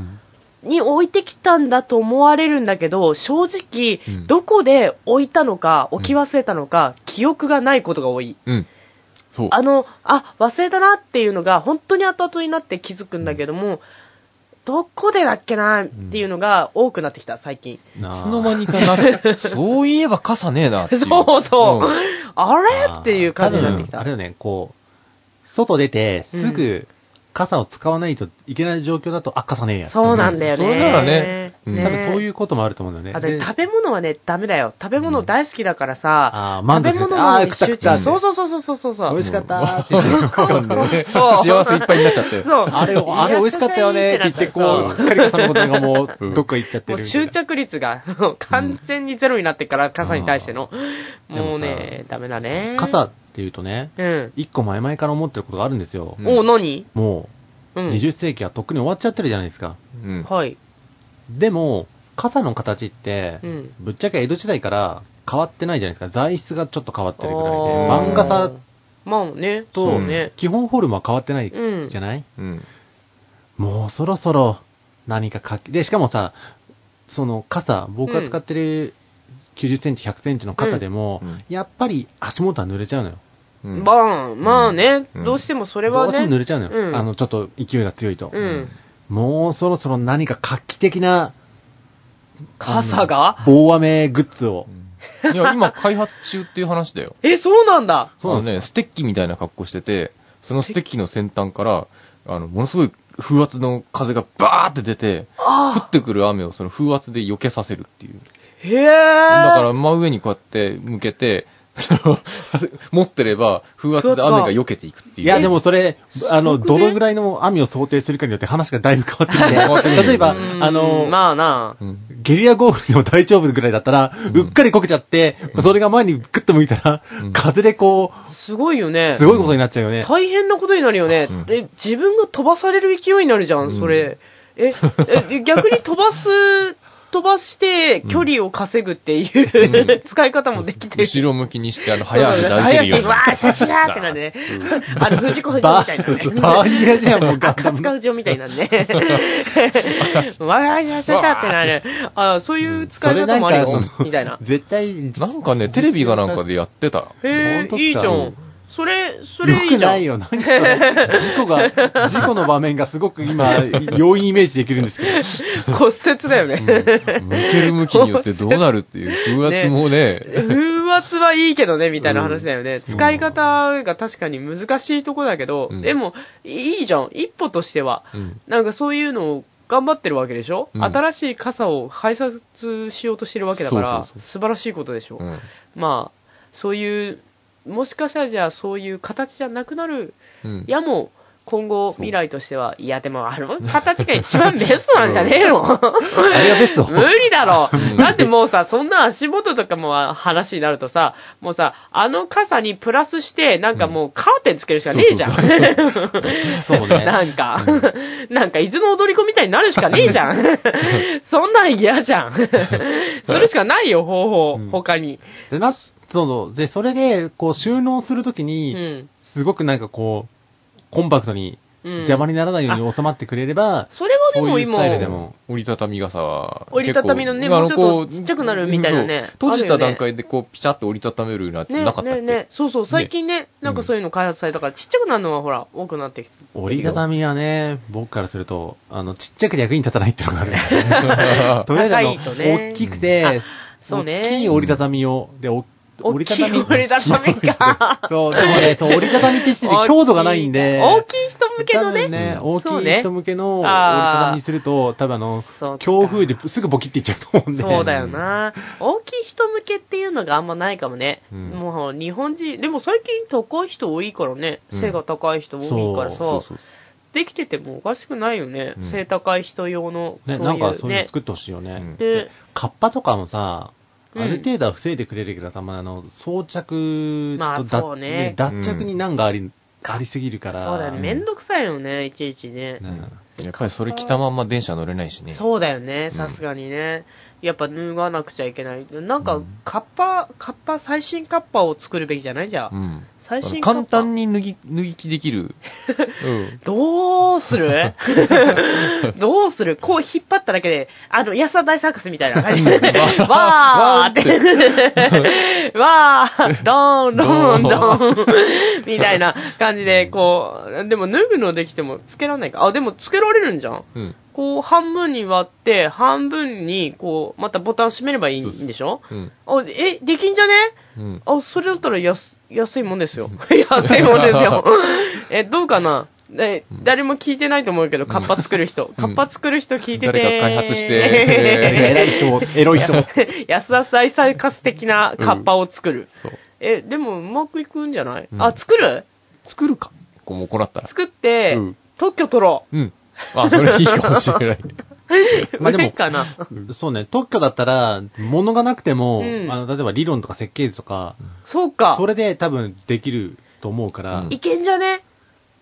Speaker 2: に置いてきたんだと思われるんだけど、正直、
Speaker 4: うん
Speaker 2: どこで置いたのか、置き忘れたのか、記憶がないことが多い。
Speaker 4: うん。そう。
Speaker 2: あの、あ、忘れたなっていうのが、本当に後々になって気づくんだけども、どこでだっけなっていうのが多くなってきた、最近。
Speaker 3: い
Speaker 4: いつの間にかな、そういえば傘ねえなっていう。
Speaker 2: そうそう。
Speaker 4: ん
Speaker 2: あ
Speaker 3: あ
Speaker 2: れ
Speaker 3: ー
Speaker 2: っていう感じになってき
Speaker 3: 多分あ
Speaker 2: た
Speaker 3: れ。よね、こう、外出て、すぐ、傘を使わないといけない状況だと、あ、傘ねえや。
Speaker 2: そうなんだよね。
Speaker 4: それならねうん
Speaker 3: 多分そういうこともあると思うんだよ
Speaker 2: あ
Speaker 3: ね。
Speaker 2: とね
Speaker 3: で
Speaker 2: 食べ物はね、ダメだよ。食べ物大好きだからさ、
Speaker 3: あー満足
Speaker 2: 食
Speaker 3: し
Speaker 2: べ
Speaker 3: て
Speaker 2: 物
Speaker 3: あ
Speaker 2: の
Speaker 3: ー
Speaker 2: 一
Speaker 3: 食った
Speaker 2: 集
Speaker 3: 食った
Speaker 2: 中。そうそうそうそうそうそう
Speaker 3: 美。味しかったー って言って、
Speaker 4: そうなんだよね
Speaker 2: そう
Speaker 4: 幸せいっぱいになっちゃって。
Speaker 2: そう
Speaker 3: あれ、あれ美味しかったよねって言って、こう、すっかり傘のことがも う、どっか行っちゃって
Speaker 2: も
Speaker 3: る
Speaker 2: う
Speaker 3: みたい
Speaker 2: 執
Speaker 3: な。
Speaker 2: 着率が 完全にゼロになってから、傘に対しての。
Speaker 3: うん
Speaker 2: もうね、ダメだね。
Speaker 3: 傘っていうとね、
Speaker 2: うん。
Speaker 3: 一個前々から思ってることがあるんですよ。
Speaker 4: うん
Speaker 2: お、何
Speaker 3: も
Speaker 2: う
Speaker 3: う、
Speaker 2: ん。
Speaker 3: 20世紀はとっくに終わっちゃってるじゃないですか。
Speaker 4: うん。
Speaker 2: はい。
Speaker 3: でも、傘の形って
Speaker 2: う、ん。
Speaker 3: ぶっちゃけ江戸時代から変わってないじゃないですか。材質がちょっと変わってるぐらいで。
Speaker 2: あー
Speaker 3: 漫画傘
Speaker 2: まあね。
Speaker 3: と
Speaker 2: そうね。
Speaker 3: 基本フォルムは変わってない
Speaker 2: うん
Speaker 3: じゃない、
Speaker 4: うん。
Speaker 3: もうそろそろ何か書き、で、しかもさ、その傘、僕が使ってる90センチ、100センチの傘でも、
Speaker 4: うん
Speaker 3: やっぱり足元は濡れちゃうのよ。
Speaker 4: うん
Speaker 2: まあ、まあね
Speaker 4: う。ん
Speaker 2: どうしてもそれ
Speaker 3: ど
Speaker 2: は
Speaker 3: うして
Speaker 2: ね。
Speaker 3: も濡れちゃうのよ。
Speaker 2: うん
Speaker 3: あの、ちょっと勢いが強いと。
Speaker 2: うん。
Speaker 3: もうそろそろ何か画期的な、
Speaker 2: 傘
Speaker 3: あ
Speaker 2: が
Speaker 3: の棒雨グッズを。
Speaker 4: いや、今開発中っていう話だよ。
Speaker 2: え、そうなんだ。
Speaker 3: そうな
Speaker 4: あ
Speaker 3: ん
Speaker 4: の
Speaker 3: で
Speaker 4: ね、ステッキみたいな格好してて、そのステッキの先端から、あの、ものすごい風圧の風がバーって出て、降
Speaker 2: ああ。
Speaker 4: ってくる雨をその風圧で避けさせるっていう。
Speaker 2: へえ。
Speaker 4: だから真上にこうやって向けて、その 持ってれば風圧で雨が避けていくってい
Speaker 3: い
Speaker 4: う。
Speaker 3: や、でもそれ、あの、
Speaker 2: すご
Speaker 3: ど
Speaker 2: くね
Speaker 3: のぐらいの雨を想定するかによって話がだいぶ変わって
Speaker 4: 変わって
Speaker 3: き
Speaker 4: く
Speaker 3: て、
Speaker 4: る
Speaker 3: 例えば、
Speaker 2: うん
Speaker 3: あの、
Speaker 2: まあな。
Speaker 4: うん、
Speaker 3: ゲリラ豪雨でも大丈夫ぐらいだったら、
Speaker 4: うん
Speaker 3: うっかりこけちゃって、それが前にグッと向いたら、
Speaker 4: うん
Speaker 3: 風でこ
Speaker 2: すごいよ
Speaker 3: う、
Speaker 2: ね
Speaker 3: す。ごいことになっちゃうよね。
Speaker 2: 大変なことになるよね
Speaker 4: うん。
Speaker 2: え、自分が飛ばされる勢いになるじゃ
Speaker 4: うん
Speaker 2: ん、それ。え、え逆に飛ば す、飛ばして距離を稼ぐっていう、 使い方もできてる。
Speaker 4: 後ろ向きにして、あの、早足抱いてるよう に。
Speaker 2: 早足、わー、シャシャーってなるね。あの、藤子不二雄み
Speaker 3: バ
Speaker 2: たいなね。
Speaker 3: ー、バーニアじゃん、もうガンダ
Speaker 2: カ
Speaker 3: ム
Speaker 2: ツカ。ウジョみたい なんね。わー、シャシャシャってなる。あそういう使い方もあるよ、みたいな。
Speaker 3: 絶対、
Speaker 4: なんかね、テレビがなんかでやっ てた。
Speaker 2: へ
Speaker 3: 本当
Speaker 2: え、
Speaker 3: っすか
Speaker 2: いいじゃん。それ、それ
Speaker 3: 良
Speaker 2: いい
Speaker 3: く
Speaker 2: じゃ
Speaker 3: なんい。よ。なんか、事故が、事故の場面がすごく 今、容易にイメージできるんですけど。
Speaker 2: 骨折だよね。
Speaker 4: 向ける向きによってどうなるっていう風圧 もね、
Speaker 2: 風圧はいいけどね、みたいな話だよね。使い方が確かに難しいとこだけど、
Speaker 4: うん
Speaker 2: でも、いいじゃん。一歩としては。
Speaker 4: うん
Speaker 2: なんかそういうのを頑張ってるわけでしょ、
Speaker 4: うん
Speaker 2: 新しい傘を配達しようとしてるわけだから、
Speaker 4: そうそう
Speaker 2: 素晴らしいことでしょ、
Speaker 4: うん
Speaker 2: まあ、そういう、もしかしたらじゃあそういう形じゃなくなる
Speaker 4: うん
Speaker 2: やも、今後
Speaker 4: そう
Speaker 2: 未来としては、いやでもあの形が一番ベストなんじゃねえの、
Speaker 4: あれがベスト
Speaker 2: 無理だろ
Speaker 4: うん
Speaker 2: だってもうさ、そんな足元とかも話になるとさ、もうさ、あの傘にプラスして、なんかもうカーテンつけるしかねえじゃん。
Speaker 4: そうそうね
Speaker 2: なんか、なんか伊豆の踊り子みたいになるしかねえじゃん。そんなん嫌じゃん。それしかないよ、方法、
Speaker 3: うん
Speaker 2: 他に。
Speaker 3: で、な、そうそう。で、それで、こう、収納するとき
Speaker 2: う
Speaker 3: に、
Speaker 2: ん。
Speaker 3: すごくなんかこう、コンパクトに、
Speaker 2: うん
Speaker 3: 邪魔にならないように収まってくれれば、
Speaker 2: それはで
Speaker 3: そ
Speaker 2: も
Speaker 3: ういうスタイルで
Speaker 2: 今、
Speaker 3: も
Speaker 4: 折りたたみ傘は。
Speaker 2: 折りたたみのね
Speaker 4: 結構
Speaker 2: もうちょっとち
Speaker 4: あのこう
Speaker 2: っちゃくなるみたいなね
Speaker 4: そう閉じた
Speaker 2: あるよね
Speaker 4: 段階でこう、ピシャッと折りたためるようなやつ
Speaker 2: ね、
Speaker 4: なかったっ
Speaker 2: ね、
Speaker 4: け
Speaker 2: ね、そうそう、最近ね、なんかそういうの開発されたから、ちっちゃくなるのはほら、多くなってきて。
Speaker 3: 折りたたみはね、僕からすると、あの、ちっちゃくて役に立たないっていうのがある。とりあえずあ
Speaker 2: 高
Speaker 3: の、
Speaker 2: いとね
Speaker 3: 大きくて、
Speaker 2: そうね
Speaker 3: 大きい折りたたみを、で、お
Speaker 2: 大
Speaker 3: 折り
Speaker 2: き
Speaker 3: た
Speaker 2: い
Speaker 3: たみ。
Speaker 2: 折りたたみか。
Speaker 3: そう、でもね、そう折りたたみってしてて強度がないんで、
Speaker 2: 大きい人向けの
Speaker 3: 多分
Speaker 2: ね。
Speaker 3: 大き
Speaker 2: そう
Speaker 3: い
Speaker 2: ね
Speaker 3: 人向けの折りたた
Speaker 2: あー
Speaker 3: みにすると、多分あの
Speaker 2: そう、か
Speaker 3: 強風ですぐボキっていっちゃうと思うんで。
Speaker 2: そうだよな。大きい人向けっていうのがあんまないかもね。
Speaker 4: うん
Speaker 2: もう日本人、でも最近高い人多いからね。
Speaker 4: うん
Speaker 2: 背が高い人多いからさ、
Speaker 3: そう
Speaker 2: できててもおかしくないよね。
Speaker 4: うん
Speaker 2: 背高い人用の、
Speaker 3: ね、
Speaker 2: そう
Speaker 3: ないん
Speaker 2: う
Speaker 3: かそういう
Speaker 2: ね
Speaker 3: の。作ってほしいよね。
Speaker 4: うん
Speaker 2: で、
Speaker 3: カッパとかもさ、
Speaker 2: うん
Speaker 3: ある程度は防いでくれるけどさ、まあ、あの、装着と、
Speaker 2: まあ
Speaker 3: だ
Speaker 2: そうね
Speaker 3: 脱着に難があり、ありすぎるから。
Speaker 2: そうだよね。めんどくさいよね、いちいちね。
Speaker 3: ね
Speaker 4: やっぱりそれ着たまんま電車乗れないしね。
Speaker 2: そうだよね、
Speaker 4: うん
Speaker 2: さすがにね。やっぱ脱がなくちゃいけない。なんか
Speaker 4: うん、
Speaker 2: カッパ、カッパ、最新カッパを作るべきじゃないじゃあ。
Speaker 4: うん。
Speaker 2: 最新カッパ
Speaker 4: 簡単に脱ぎ、脱ぎ着でき る。うん。
Speaker 2: どうす るどうするこう引っ張っただけで、あの、安田大サークスみたいな感じで、 わーって、 わー、どーん、どーん、どーん、みたいな感じで、こう、でも脱ぐのできてもつけられないか。あ、でもつけられるんじゃん。
Speaker 4: うん。
Speaker 2: こう、半分に割って、半分に、こう、またボタン閉めればいいんでしょ
Speaker 4: うん。
Speaker 2: あ、え、できんじゃね
Speaker 4: うん。
Speaker 2: あ、それだったら安、安いもんですよ。安いもんですよ。え、どうかなえ、誰も聞いてないと思うけど、カッパ作る人。カッパ作る人聞いてて。
Speaker 4: 誰か開発 して
Speaker 3: えらい人も、エロい人も。
Speaker 2: 安田大サカス的なカッパを作る。
Speaker 4: そう。
Speaker 2: え、でもうまくいくんじゃない、
Speaker 4: うん
Speaker 2: あ、作る
Speaker 4: 作るか。こう、もうこらったら。
Speaker 2: 作って、
Speaker 3: うん
Speaker 2: 特許取ろ
Speaker 4: うん。あ、それいいかもしれ ない。
Speaker 2: う。
Speaker 3: まあで も
Speaker 2: 売れっかな。
Speaker 3: そうね、特許だったら、物がなくても、
Speaker 2: うん
Speaker 3: あの、例えば理論とか設計図とか、
Speaker 2: そうか
Speaker 3: そ。れで多分できると思うから、
Speaker 4: うん
Speaker 2: いけんじゃね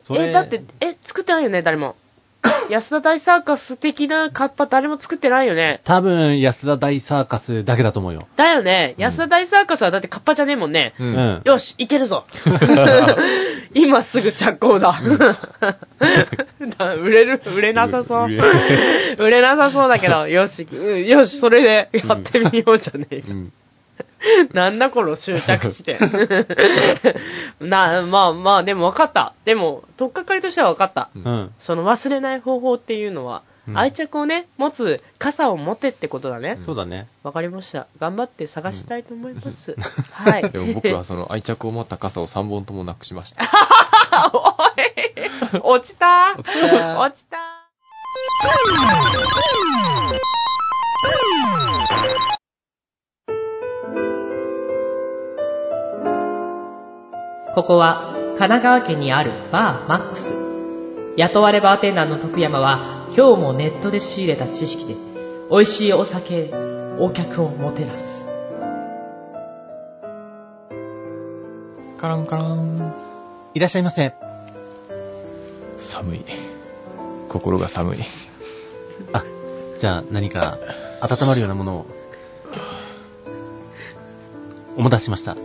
Speaker 3: それ
Speaker 2: え、だって、え、作ってないよね、誰も。安田大サーカス的なカッパ誰も作ってないよね。
Speaker 3: 多分安田大サーカスだけだと思うよ。
Speaker 2: だよね。安田大サーカスはだってカッパじゃねえもんね。
Speaker 4: う。
Speaker 3: うんん。
Speaker 2: よし、いけるぞ。今すぐ着工だ。だ売れる、売れなさそう。
Speaker 4: 売
Speaker 2: 売れなさそうだけど、よし、うんよし、それでやってみようじゃねえか
Speaker 4: うん。
Speaker 2: なんだこの終着地点。 な、まあまあ、でも分かった。でも、とっかかりとしては分かった。
Speaker 3: うん。
Speaker 2: その忘れない方法っていうのは、
Speaker 3: うん
Speaker 2: 愛着をね、持つ傘を持てってことだね。
Speaker 3: そうだね。
Speaker 2: わかりました。頑張って探したいと思います。はい。
Speaker 4: でも僕はその愛着を持った傘を3本ともなくしました。
Speaker 2: あおい落ちた
Speaker 3: 落ちた
Speaker 2: 落ちたここは神奈川県にあるバーマックス。雇われバーテンダーの徳山は今日もネットで仕入れた知識で美味しいお酒でお客をもてなす。
Speaker 4: カランカラン。
Speaker 3: いらっしゃいませ。
Speaker 4: 寒い。心が寒い。
Speaker 3: あ、じゃあ何か温まるようなものを。お待たせしました。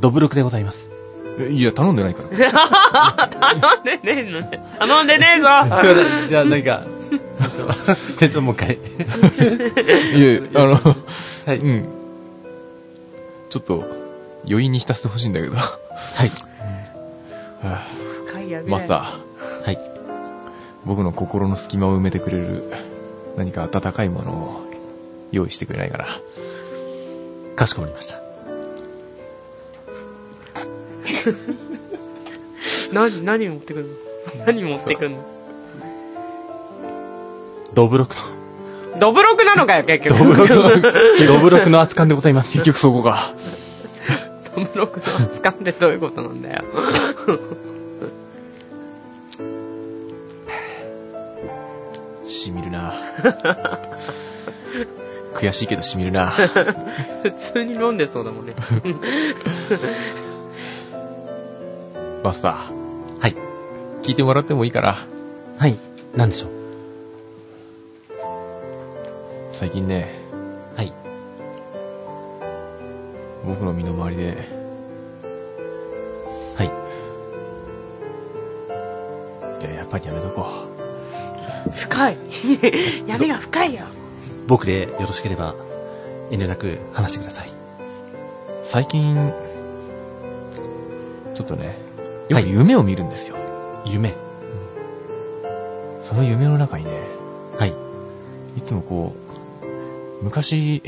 Speaker 3: ドブロクでございます。
Speaker 4: えいや、頼んでな いから。
Speaker 2: 頼んでねえのね。頼んでねえぞ
Speaker 3: じゃあ何か、 ちょっともう一回。
Speaker 4: いや、あの、
Speaker 3: はい
Speaker 4: うん。ちょっと、余韻に浸してほしいんだけど。は
Speaker 3: はい。
Speaker 4: あ
Speaker 2: 深いや
Speaker 4: マスタ
Speaker 3: はい。
Speaker 4: ー、僕の心の隙間を埋めてくれる、何か温かいものを用意してくれない かな。
Speaker 3: かしこまりました。
Speaker 2: 何、何持ってくんの何持ってくんの
Speaker 3: ドブロク
Speaker 2: ドブロクなのか よ、結局。
Speaker 3: ドブロク
Speaker 4: 結
Speaker 3: の、
Speaker 4: 局
Speaker 3: ドブロクの厚感でございます。
Speaker 4: 結局そこが。
Speaker 2: ドブロクの掴んでどういうことなんだ よ。
Speaker 4: しみるな 悔しいけどしみるな
Speaker 2: 普通に飲んでそうだもんね。
Speaker 4: マスター、
Speaker 3: はい。
Speaker 4: 聞いてもらってもいいかな
Speaker 3: はい。なんでしょう。
Speaker 4: 最近ね、
Speaker 3: はい。
Speaker 4: 僕の身の回りで、
Speaker 3: はい。
Speaker 4: いや、やっぱりやめとこう。
Speaker 2: 深い。闇が深いよ。
Speaker 3: 僕でよろしければ、遠慮なく話してください。
Speaker 4: 最近、ちょっとね、よ
Speaker 3: は
Speaker 4: く
Speaker 3: い
Speaker 4: 夢を見るんですよ。
Speaker 3: 夢。
Speaker 4: その夢の中にね、
Speaker 3: はい。
Speaker 4: いつもこう、昔、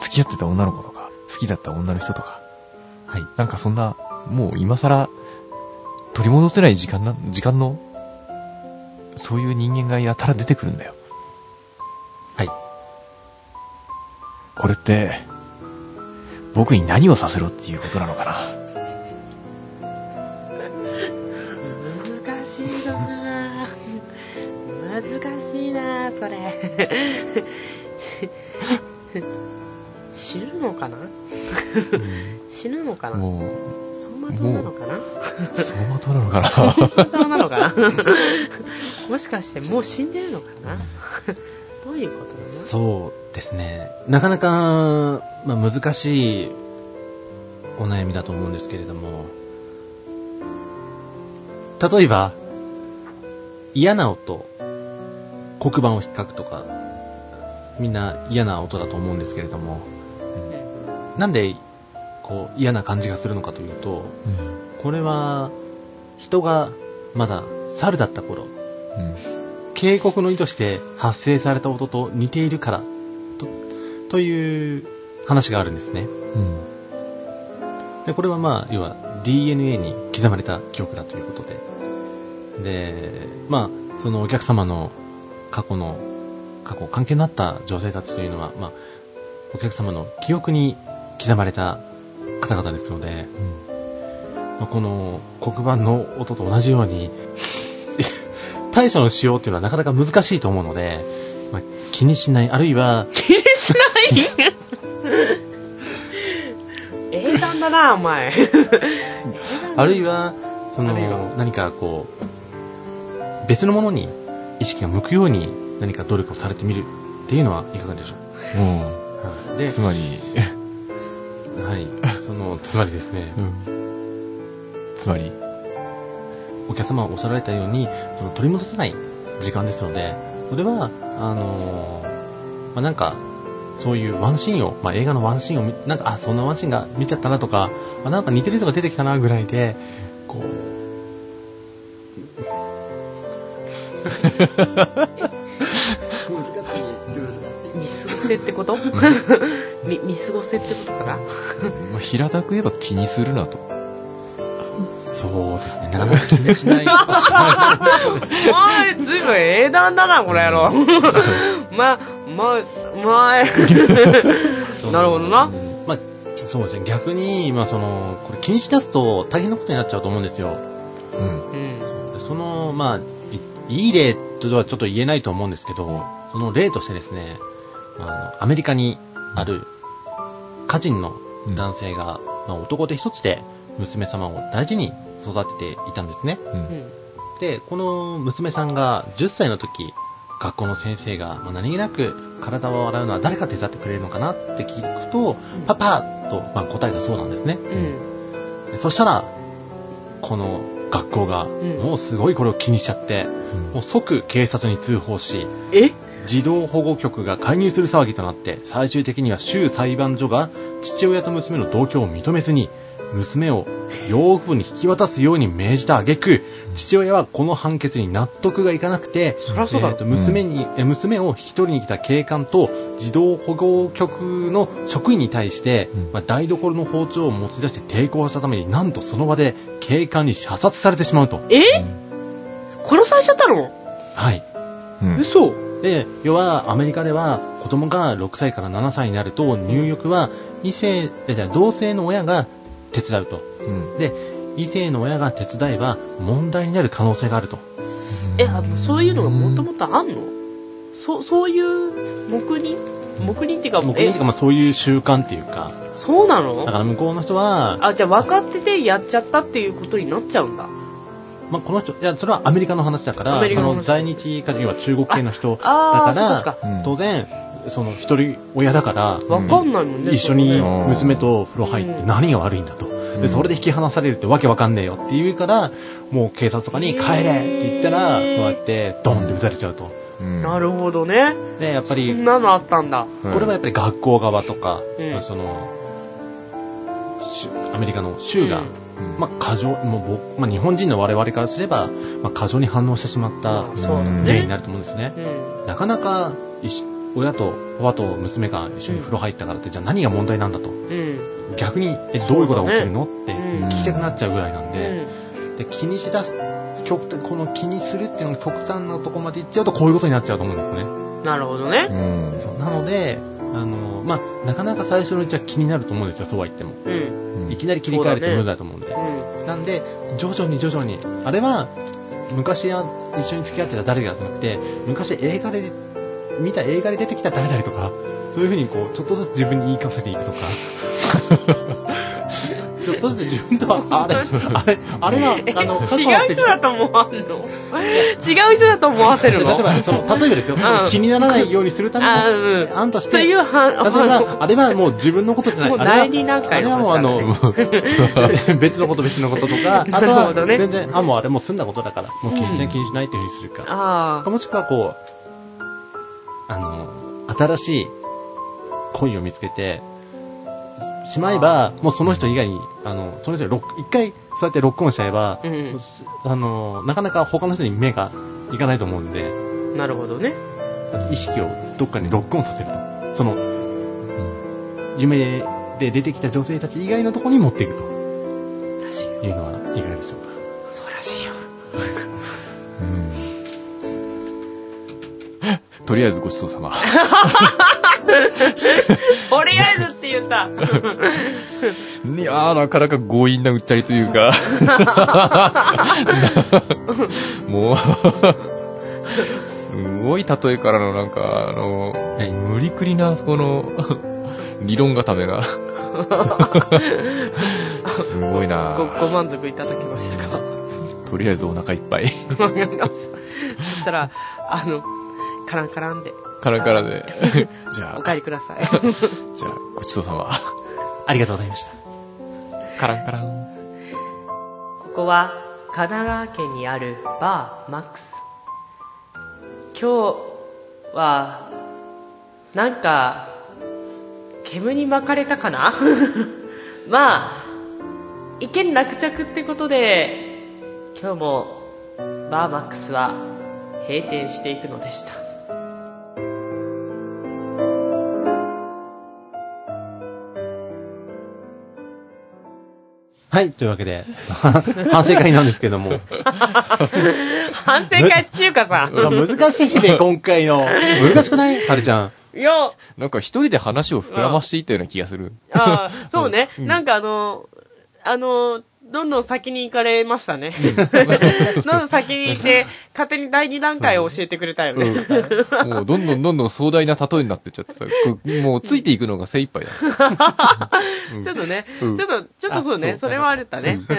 Speaker 4: 付き合ってた女の子とか、好きだった女の人とか、
Speaker 3: はい。
Speaker 4: なんかそんな、もう今更、取り戻せない時間な、時間の、そういう人間がやたら出てくるんだよ。
Speaker 3: はい。
Speaker 4: これって、僕に何をさせろっていうことなのかな。
Speaker 2: 難しいぞな難しいなそれ 死ぬのかな死ぬのかな
Speaker 4: も
Speaker 2: 走馬灯なのかな
Speaker 4: う、相馬灯なのかな。
Speaker 2: 相馬灯なのかなもしかしてもう死んでるのかなどういうことなの
Speaker 3: そうですね。なかなか、まあ、難しいお悩みだと思うんですけれども、例えば、嫌な音、黒板を引っかくとか、みんな嫌な音だと思うんですけれども、なんで、こう、嫌な感じがするのかというと、
Speaker 4: うん
Speaker 3: これは、人がまだ猿だった頃、
Speaker 4: うん
Speaker 3: 警告の意図して発生された音と似ているからとという話があるんですね
Speaker 4: うん
Speaker 3: でこれはまあ要は DNA に刻まれた記憶だということででまあそのお客様の過去の過去関係のあった女性たちというのは、まあ、お客様の記憶に刻まれた方々ですので、まあこの黒板の音と同じように 対処のしようっていうのはなかなか難しいと思うので、まあ気にしない、あるい は、
Speaker 2: 気にしない英断だなお前
Speaker 3: あるいは、そ
Speaker 2: あるいは
Speaker 3: の、何かこう、別のものに意識が向くように何か努力をされてみるっていうのはいかがでしょう
Speaker 4: も
Speaker 3: か。
Speaker 4: う
Speaker 3: で、
Speaker 4: つまり、
Speaker 3: はい、その、つまりです ね、
Speaker 4: つまり、
Speaker 3: お客様がおっしゃられたように、その取り戻せない時間ですので、それは、あのーまあ、なんか、そういうワンシーンを、まあ、映画のワンシーンを見、なんか、あ、そんなワンシーンが見ちゃったなとか、あなんか似てる人が出てきたなぐらいで、こう、
Speaker 2: 見過ごせってこと み見過ごせってことかな
Speaker 4: まあ、平たく言えば気にするなと。
Speaker 3: そうですね、なかなか気にしない。
Speaker 2: お前、ずいぶん英断だな、この野郎。 ま、ま、 ま、 なるほどな。
Speaker 3: まあ、そうですね、逆に、まあ、その、これ気にしだすと大変なことになっちゃうと思うんですよ。
Speaker 4: うん。
Speaker 2: うん。
Speaker 3: でその、まあ、いいい例とはちょっと言えないと思うんですけど、その例としてですね、あのアメリカにある家人の男性が、まあ男手一つで娘様を大事に育てていたんですね。
Speaker 4: う。
Speaker 2: うんん。
Speaker 3: で、この娘さんが10歳の時、学校の先生が、まあ何気なく体を洗うのは誰が手伝ってくれるのかなって聞くと、パパと、まあ答えたそうなんですね。
Speaker 2: うん。
Speaker 3: でそしたら、この学校が、
Speaker 2: ん
Speaker 3: もうすごいこれを気にしちゃって、
Speaker 4: うん
Speaker 3: もう即警察に通報し、
Speaker 2: え
Speaker 3: 児童保護局が介入する騒ぎとなって、最終的には州裁判所が父親と娘の同居を認めずに、娘を養父母に引き渡すように命じた挙句、父親はこの判決に納得がいかなくて、
Speaker 2: そりゃそうだろ
Speaker 3: えーと娘に、え娘を引き取りに来た警官と児童保護局の職員に対して、
Speaker 4: うん
Speaker 3: まあ、台所の包丁を持ち出して抵抗したために、なんとその場で警官に射殺されてしまうと。
Speaker 2: え殺されちゃったの
Speaker 3: はい。
Speaker 4: うん
Speaker 2: 嘘
Speaker 3: で、要はアメリカでは子供が6歳から7歳になると入浴は異性、えじゃあ同性の親が手伝うと。
Speaker 4: うん。
Speaker 3: で、異性の親が手伝えば問題になる可能性があると。
Speaker 2: えあそういうのがもともとあんのそそういう黙認黙認っていうか
Speaker 3: 僕に
Speaker 2: え
Speaker 3: とかまあそういう習慣っていうか、
Speaker 2: そうなの
Speaker 3: だから向こうの人は、
Speaker 2: あじゃあ分かっててやっちゃったっていうことになっちゃうんだ
Speaker 3: まあ、この人、いや、それはアメリカの話だか
Speaker 2: ア
Speaker 3: ら
Speaker 2: メ、リ
Speaker 3: そ
Speaker 2: カの話
Speaker 3: の在日か、要は中国系の人だ
Speaker 2: ああそうです
Speaker 3: か
Speaker 2: か、
Speaker 3: ら、
Speaker 4: うん
Speaker 3: 当然、その一人親だから、
Speaker 4: う
Speaker 2: 分
Speaker 4: ん
Speaker 2: かんないもんね
Speaker 3: 一緒に
Speaker 2: そこね
Speaker 3: 娘と風呂入って何が悪いんだと。
Speaker 4: う
Speaker 3: で、
Speaker 4: ん
Speaker 3: それで引き離されるってわけわかんねえよって言うから、もう警察とかに帰れって言ったら、
Speaker 2: へー
Speaker 3: そうやってドンって撃たれちゃうと。
Speaker 4: うん
Speaker 2: なるほどね
Speaker 3: で、やっぱ
Speaker 2: そ
Speaker 3: り
Speaker 2: ん、なのあったんだ
Speaker 4: うん
Speaker 3: これはやっぱり学校側とか、
Speaker 2: うん
Speaker 3: まあその、州アメリカの州が、
Speaker 2: うん
Speaker 4: うん
Speaker 3: まあ、過剰、もう僕、まあ、日本人の我々からすれば、まあ、過剰に反応してしまった
Speaker 2: そうだ
Speaker 4: うん
Speaker 3: 例に
Speaker 2: ね
Speaker 3: なると思うんですね
Speaker 2: う。ん
Speaker 3: なかなか、一緒親と、パパと娘が一緒に風呂入ったからって、じゃあ何が問題なんだと。
Speaker 2: うん
Speaker 3: 逆に、え、どういうことが起きるのって
Speaker 2: うん
Speaker 3: 聞きたくなっちゃうぐらいなん
Speaker 2: う
Speaker 3: で、
Speaker 2: ん
Speaker 3: で、気にしだす、極端、この気にするっていうのが極端なとこまで行っちゃうと、こういうことになっちゃうと思うんですね。
Speaker 2: なるほどね
Speaker 4: うん。
Speaker 3: そうなので、あの、まあ、なかなか最初のうちは気になると思うんですよ、そうは言っても。
Speaker 2: うん
Speaker 4: うん
Speaker 3: いきなり切り替えると
Speaker 2: そうだね
Speaker 3: 無理だと思うんで。
Speaker 2: うん
Speaker 3: なんで、徐々に徐々に、あれは、昔は一緒に付き合ってた誰がじゃなくて、昔映画で、見た映画で出てきた誰々とか、そういうふうにこう、ちょっとずつ自分に言い聞かせてい くとか、ちょっとずつ自分とは、あれ、あれ、あれは、あ の、過去は
Speaker 2: 違う人だと思わんの違う人だと思わせ
Speaker 3: 例
Speaker 2: る
Speaker 3: え
Speaker 2: の
Speaker 3: ば、その、例えばですよ、
Speaker 2: うん
Speaker 3: 気にならないようにするため
Speaker 2: あ
Speaker 3: の、
Speaker 2: うん
Speaker 3: 案として、
Speaker 2: という反
Speaker 3: 例えば、あれはもう自分のことじゃない。
Speaker 2: もう
Speaker 3: あれは
Speaker 2: 第二段階の
Speaker 3: あれはも
Speaker 2: 話
Speaker 3: うあの、 別のこと別のこととか、あと
Speaker 2: なるほ
Speaker 3: は
Speaker 2: どね
Speaker 3: 全然、あ、もうあれもう済んだことだから、もう気にしな
Speaker 4: う
Speaker 3: い
Speaker 4: ん
Speaker 3: 気にしないっていうふうにするか。
Speaker 2: ああ
Speaker 3: もしくはこう、あの、新しい恋を見つけて、しまえば、もうその人以外に、あの、その人にロック、一回そうやってロックオンしちゃえば、
Speaker 2: うん
Speaker 3: あの、なかなか他の人に目がいかないと思うんで、
Speaker 2: なるほどね
Speaker 3: 意識をどっかにロックオンさせると。その、夢で出てきた女性たち以外のところに持っていくと
Speaker 2: らしい
Speaker 3: いうのはいかがでしょうか。
Speaker 2: そうらしいよ
Speaker 4: うんとりあえずごちそうさま。
Speaker 2: とりあえずって言った。
Speaker 4: いやー、なかなか強引なうっちゃりという か。もう、すごい例えからのなんか、あの、
Speaker 3: い
Speaker 4: 無理くりな、この、理論固めが。すご
Speaker 2: ご
Speaker 4: いな
Speaker 2: ご満足いただきましたか
Speaker 4: とりあえずお腹いっぱい。
Speaker 2: そしたら、あの、カランカランで、
Speaker 4: カラカラで。じゃ
Speaker 2: お
Speaker 4: あ、
Speaker 2: 帰りください。
Speaker 4: じゃあ、ごちそうさま。
Speaker 3: ありがとうございました。
Speaker 4: カランカラン。
Speaker 2: ここは神奈川県にあるバーマックス。今日は、なんか、煙に巻かれたかな まあ、意見落着ってことで、今日もバーマックスは閉店していくのでした。
Speaker 3: はい、というわけで、 反省会なんですけど も。
Speaker 2: 反省会中華 さん。
Speaker 3: 難しいね、今回の。難しくないはるちゃん。
Speaker 2: いや、
Speaker 4: なんか一人で話を膨らましていったような気がする。
Speaker 2: あー そうね。
Speaker 4: うん
Speaker 2: なんかあの、あの、どんどん先に行かれましたね。 どんどん先に行って、勝手に第2段階を教えてくれたよ ね。
Speaker 4: もうどんどんどんどん壮大な例えになってっちゃってさ、こもうついていくのが精一杯だ。うん
Speaker 2: ちょっとね、
Speaker 4: うん
Speaker 2: ちょっと、ちょっとそうね、
Speaker 3: あそう
Speaker 2: それはあるったね。 う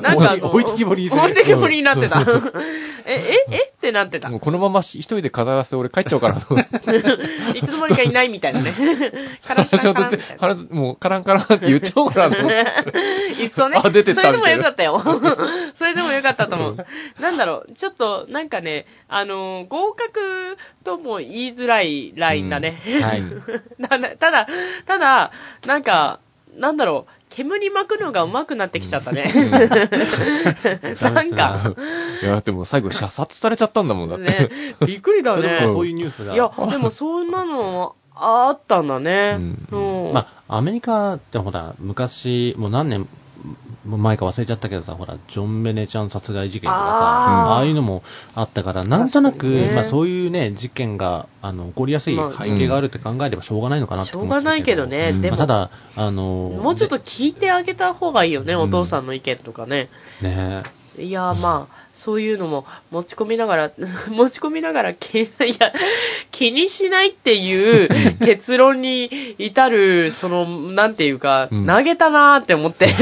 Speaker 2: ん
Speaker 3: 置いてきぼりにする
Speaker 2: 置いてきぼりになってた。 え、え、えってなってた
Speaker 4: も。うこのままし一人で語らせて俺帰っちゃおうかなと思って。
Speaker 2: いつの間にかいないみたいな ね。カランカ
Speaker 4: 話
Speaker 2: ラ
Speaker 4: を
Speaker 2: ンカラ
Speaker 4: と
Speaker 2: ン
Speaker 4: し
Speaker 2: み
Speaker 4: て
Speaker 2: たいな、
Speaker 4: 腹ずもうカランカランって言っちゃおう かなと思って。
Speaker 2: いっそね。
Speaker 4: あ出てった
Speaker 2: それでもよかったよ。それでもよかったと思う。なんだろう、ちょっと、なんかね、あのー合格とも言いづらいラインだね。
Speaker 3: うんはい
Speaker 2: ななた だ、ただ、なんか、なんだろう、煙巻くのが上手くなってきちゃったね。 なんか、
Speaker 4: いや、だってもう最後射殺されちゃったんだもんだって。
Speaker 2: ね、びっくりだ
Speaker 3: でも
Speaker 2: ね。
Speaker 3: そういうニュースが。
Speaker 2: いや、でもそんなのあったんだね。
Speaker 4: う
Speaker 2: うん
Speaker 3: まあ、アメリカってほら、昔、もう何年もう前か忘れちゃったけどさ、ほら、ジョン・ベネちゃん殺害事件とかさ、
Speaker 2: あー
Speaker 3: ああいうのもあったから、なんとなく、
Speaker 2: 確かにね
Speaker 3: まあそういうね、事件が、あの、起こりやすい
Speaker 2: まあ
Speaker 3: 背景があるって考えればしょうがないのかなって
Speaker 2: しょ
Speaker 3: 思
Speaker 2: う
Speaker 3: っちゃ
Speaker 2: が
Speaker 3: う
Speaker 2: ないけどね、
Speaker 4: うん
Speaker 2: で
Speaker 3: ま
Speaker 2: も、
Speaker 3: あただ、あの、
Speaker 2: もうちょっと聞いてあげた方がいいよね、
Speaker 4: うん
Speaker 2: お父さんの意見とかね。
Speaker 3: ね、
Speaker 2: いやーまあ、そういうのも持ち込みながら、 持ち込みながら、けいや、 気にしないっていう結論に至る、その、なんていうか、
Speaker 4: うん
Speaker 2: 投げたなーって思 って。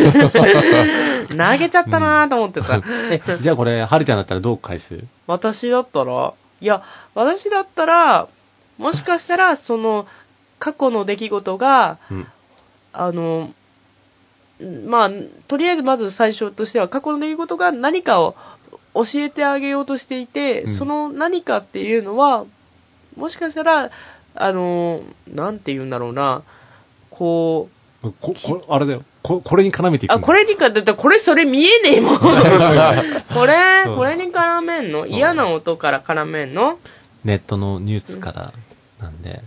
Speaker 2: 投げちゃったなーと思ってた。
Speaker 3: え、じゃあこれ、はるちゃんだったらどう返す
Speaker 2: 私だったら、いや、私だったら、もしかしたら、その、過去の出来事が、
Speaker 3: うん。
Speaker 2: あの、まあ、とりあえずまず最初としては、過去の出来事が何かを教えてあげようとしていて、
Speaker 3: うん
Speaker 2: その何かっていうのは、もしかしたら、あの、なんて言うんだろうな、こう、
Speaker 3: こ、こあれだよ。こ、これに絡めていくん
Speaker 2: あ、
Speaker 3: だ
Speaker 2: これにか、だってこれそれ見えねえ もん。これ、
Speaker 3: そう
Speaker 2: これに絡めんの
Speaker 3: そう
Speaker 2: 嫌な音から絡めんの
Speaker 3: ネットのニュースからなんで。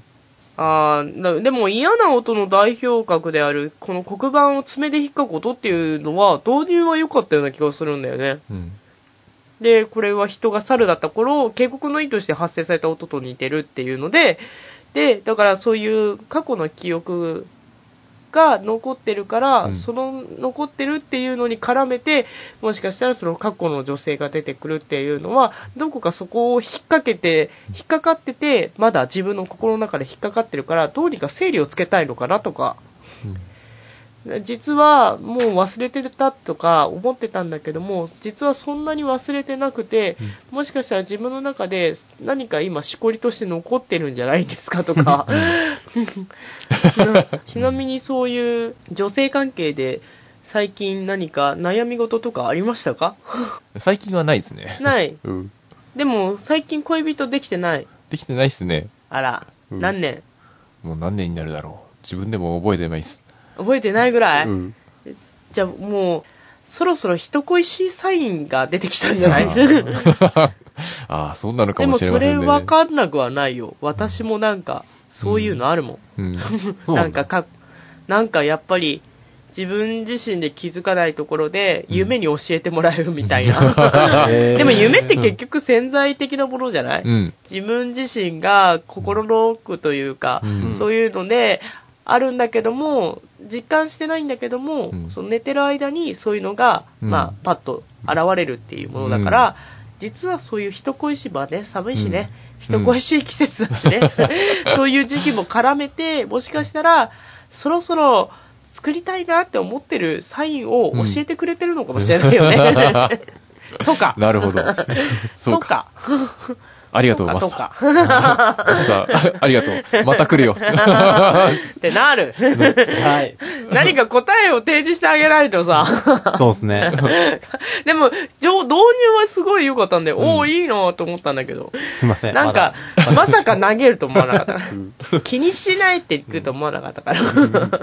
Speaker 2: あーなでも嫌な音の代表格である、この黒板を爪で引っかく音っていうのは、導入は良かったような気がするんだよね。
Speaker 4: うん。
Speaker 2: で、これは人が猿だった頃、警告の意として発生された音と似てるっていうので、で、だからそういう過去の記憶が残ってるから、
Speaker 4: うん
Speaker 2: その残ってるっていうのに絡めて、もしかしたらその過去の女性が出てくるっていうのは、どこかそこを引っ掛けて、引っかかってて、まだ自分の心の中で引っかかってるから、どうにか整理をつけたいのかなとか、実はもう忘れてたとか思ってたんだけども実はそんなに忘れてなくて、もしかしたら自分の中で何か今しこりとして残ってるんじゃないですかとかちな みにそういう女性関係で最近何か悩み事とかありました か
Speaker 4: 最近はないですね。
Speaker 2: ない
Speaker 4: うん。
Speaker 2: でも最近恋人できてない
Speaker 4: できてないっすね。
Speaker 2: あら、
Speaker 4: うん
Speaker 2: 何年
Speaker 4: もう何年になるだろう。自分でも覚えてないっす。
Speaker 2: 覚えてないぐらい、
Speaker 4: うん。
Speaker 2: じゃあもうそろそろ人恋しいサインが出てきたんじゃない
Speaker 4: ああ、そうなのか
Speaker 2: で
Speaker 4: も
Speaker 2: も
Speaker 4: しれ
Speaker 2: そ
Speaker 4: ません
Speaker 2: れ
Speaker 4: ね。
Speaker 2: 分かんなくはないよ。私もなんか、そういうのあるもん。
Speaker 4: うん。
Speaker 3: そう
Speaker 2: な
Speaker 3: なんん
Speaker 2: か
Speaker 3: だ
Speaker 2: か、なんかやっぱり、自分自身で気づかないところで、夢に教えてもらえるみたい な。でも夢って結局潜在的なものじゃない、
Speaker 4: うん。
Speaker 2: 自分自身が心の奥というか、
Speaker 4: うん
Speaker 2: そういうので、あるんだけども、実感してないんだけども、
Speaker 4: うん
Speaker 2: その寝てる間にそういうのが、
Speaker 4: うん
Speaker 2: まあ、パッと現れるっていうものだから、実はそういう人恋しい、まあね、寒いしね、
Speaker 4: うん
Speaker 2: 人恋しい季節だしね、 そういう時期も絡めて、もしかしたら、そろそろ作りたいなって思ってるサインを教えてくれてるのかもしれないよね。そうか。。
Speaker 4: なるほど
Speaker 2: そうか。
Speaker 4: ありがとう、マ
Speaker 2: そう
Speaker 4: スタ
Speaker 2: か。
Speaker 4: ー。マスター、ありがとう。また来 るよ。
Speaker 2: ってな る。
Speaker 3: はい。
Speaker 2: 何か答えを提示してあげないとさ。
Speaker 3: そう ですね。
Speaker 2: でも、上導入はすごい良かったんで、おお、いいなと思ったんだけど、
Speaker 3: すいません。
Speaker 2: なんか
Speaker 3: まだ、
Speaker 2: まさか投げると思わなかった。気にしないって言うと思わなかったから。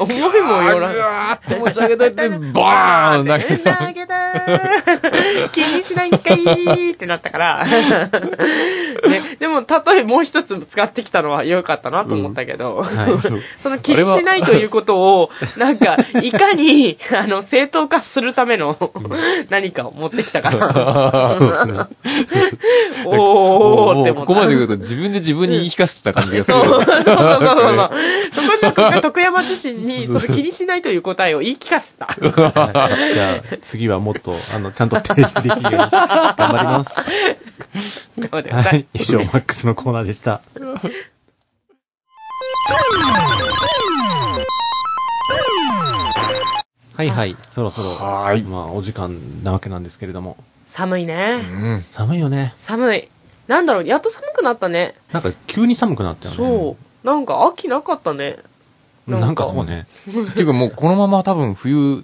Speaker 2: 思いもよらない。
Speaker 4: あーって持ち上げといて、バーン投げた
Speaker 2: 投げたー気にしないんかいーってなったから。ね、でも、例えもう一つ使ってきたのは良かったなと思ったけど、
Speaker 3: はいそう
Speaker 2: その気にしないということを、なんか、いか に、あの、正当化するための何かを持ってきたから、
Speaker 4: あー
Speaker 2: おーおーおーって思った。
Speaker 4: もうここまで来ると自分で自分に言い聞かせてた感じがす
Speaker 2: そうそうそうそう
Speaker 4: る。
Speaker 2: そう。そこで徳山自身に、その気にしないという答えを言い聞かせ た。
Speaker 3: じゃあ、次はもっと、あの、ちゃんと提示できるように頑張ります。
Speaker 2: 頑張ってくださ
Speaker 3: はいい。。以上、マックスのコーナーでした。はいはい、そろそろ、
Speaker 4: はい
Speaker 3: まあ、お時間なわけなんですけれども。
Speaker 2: 寒いうね。
Speaker 4: ん。
Speaker 3: 寒いよね。
Speaker 2: 寒い。なんだろう、やっと寒くなったね。
Speaker 3: なんか、急に寒くなったよね。
Speaker 2: そう。なんか秋なかったね。
Speaker 3: うんなんかそうね。
Speaker 4: っていうかもうこのまま多分冬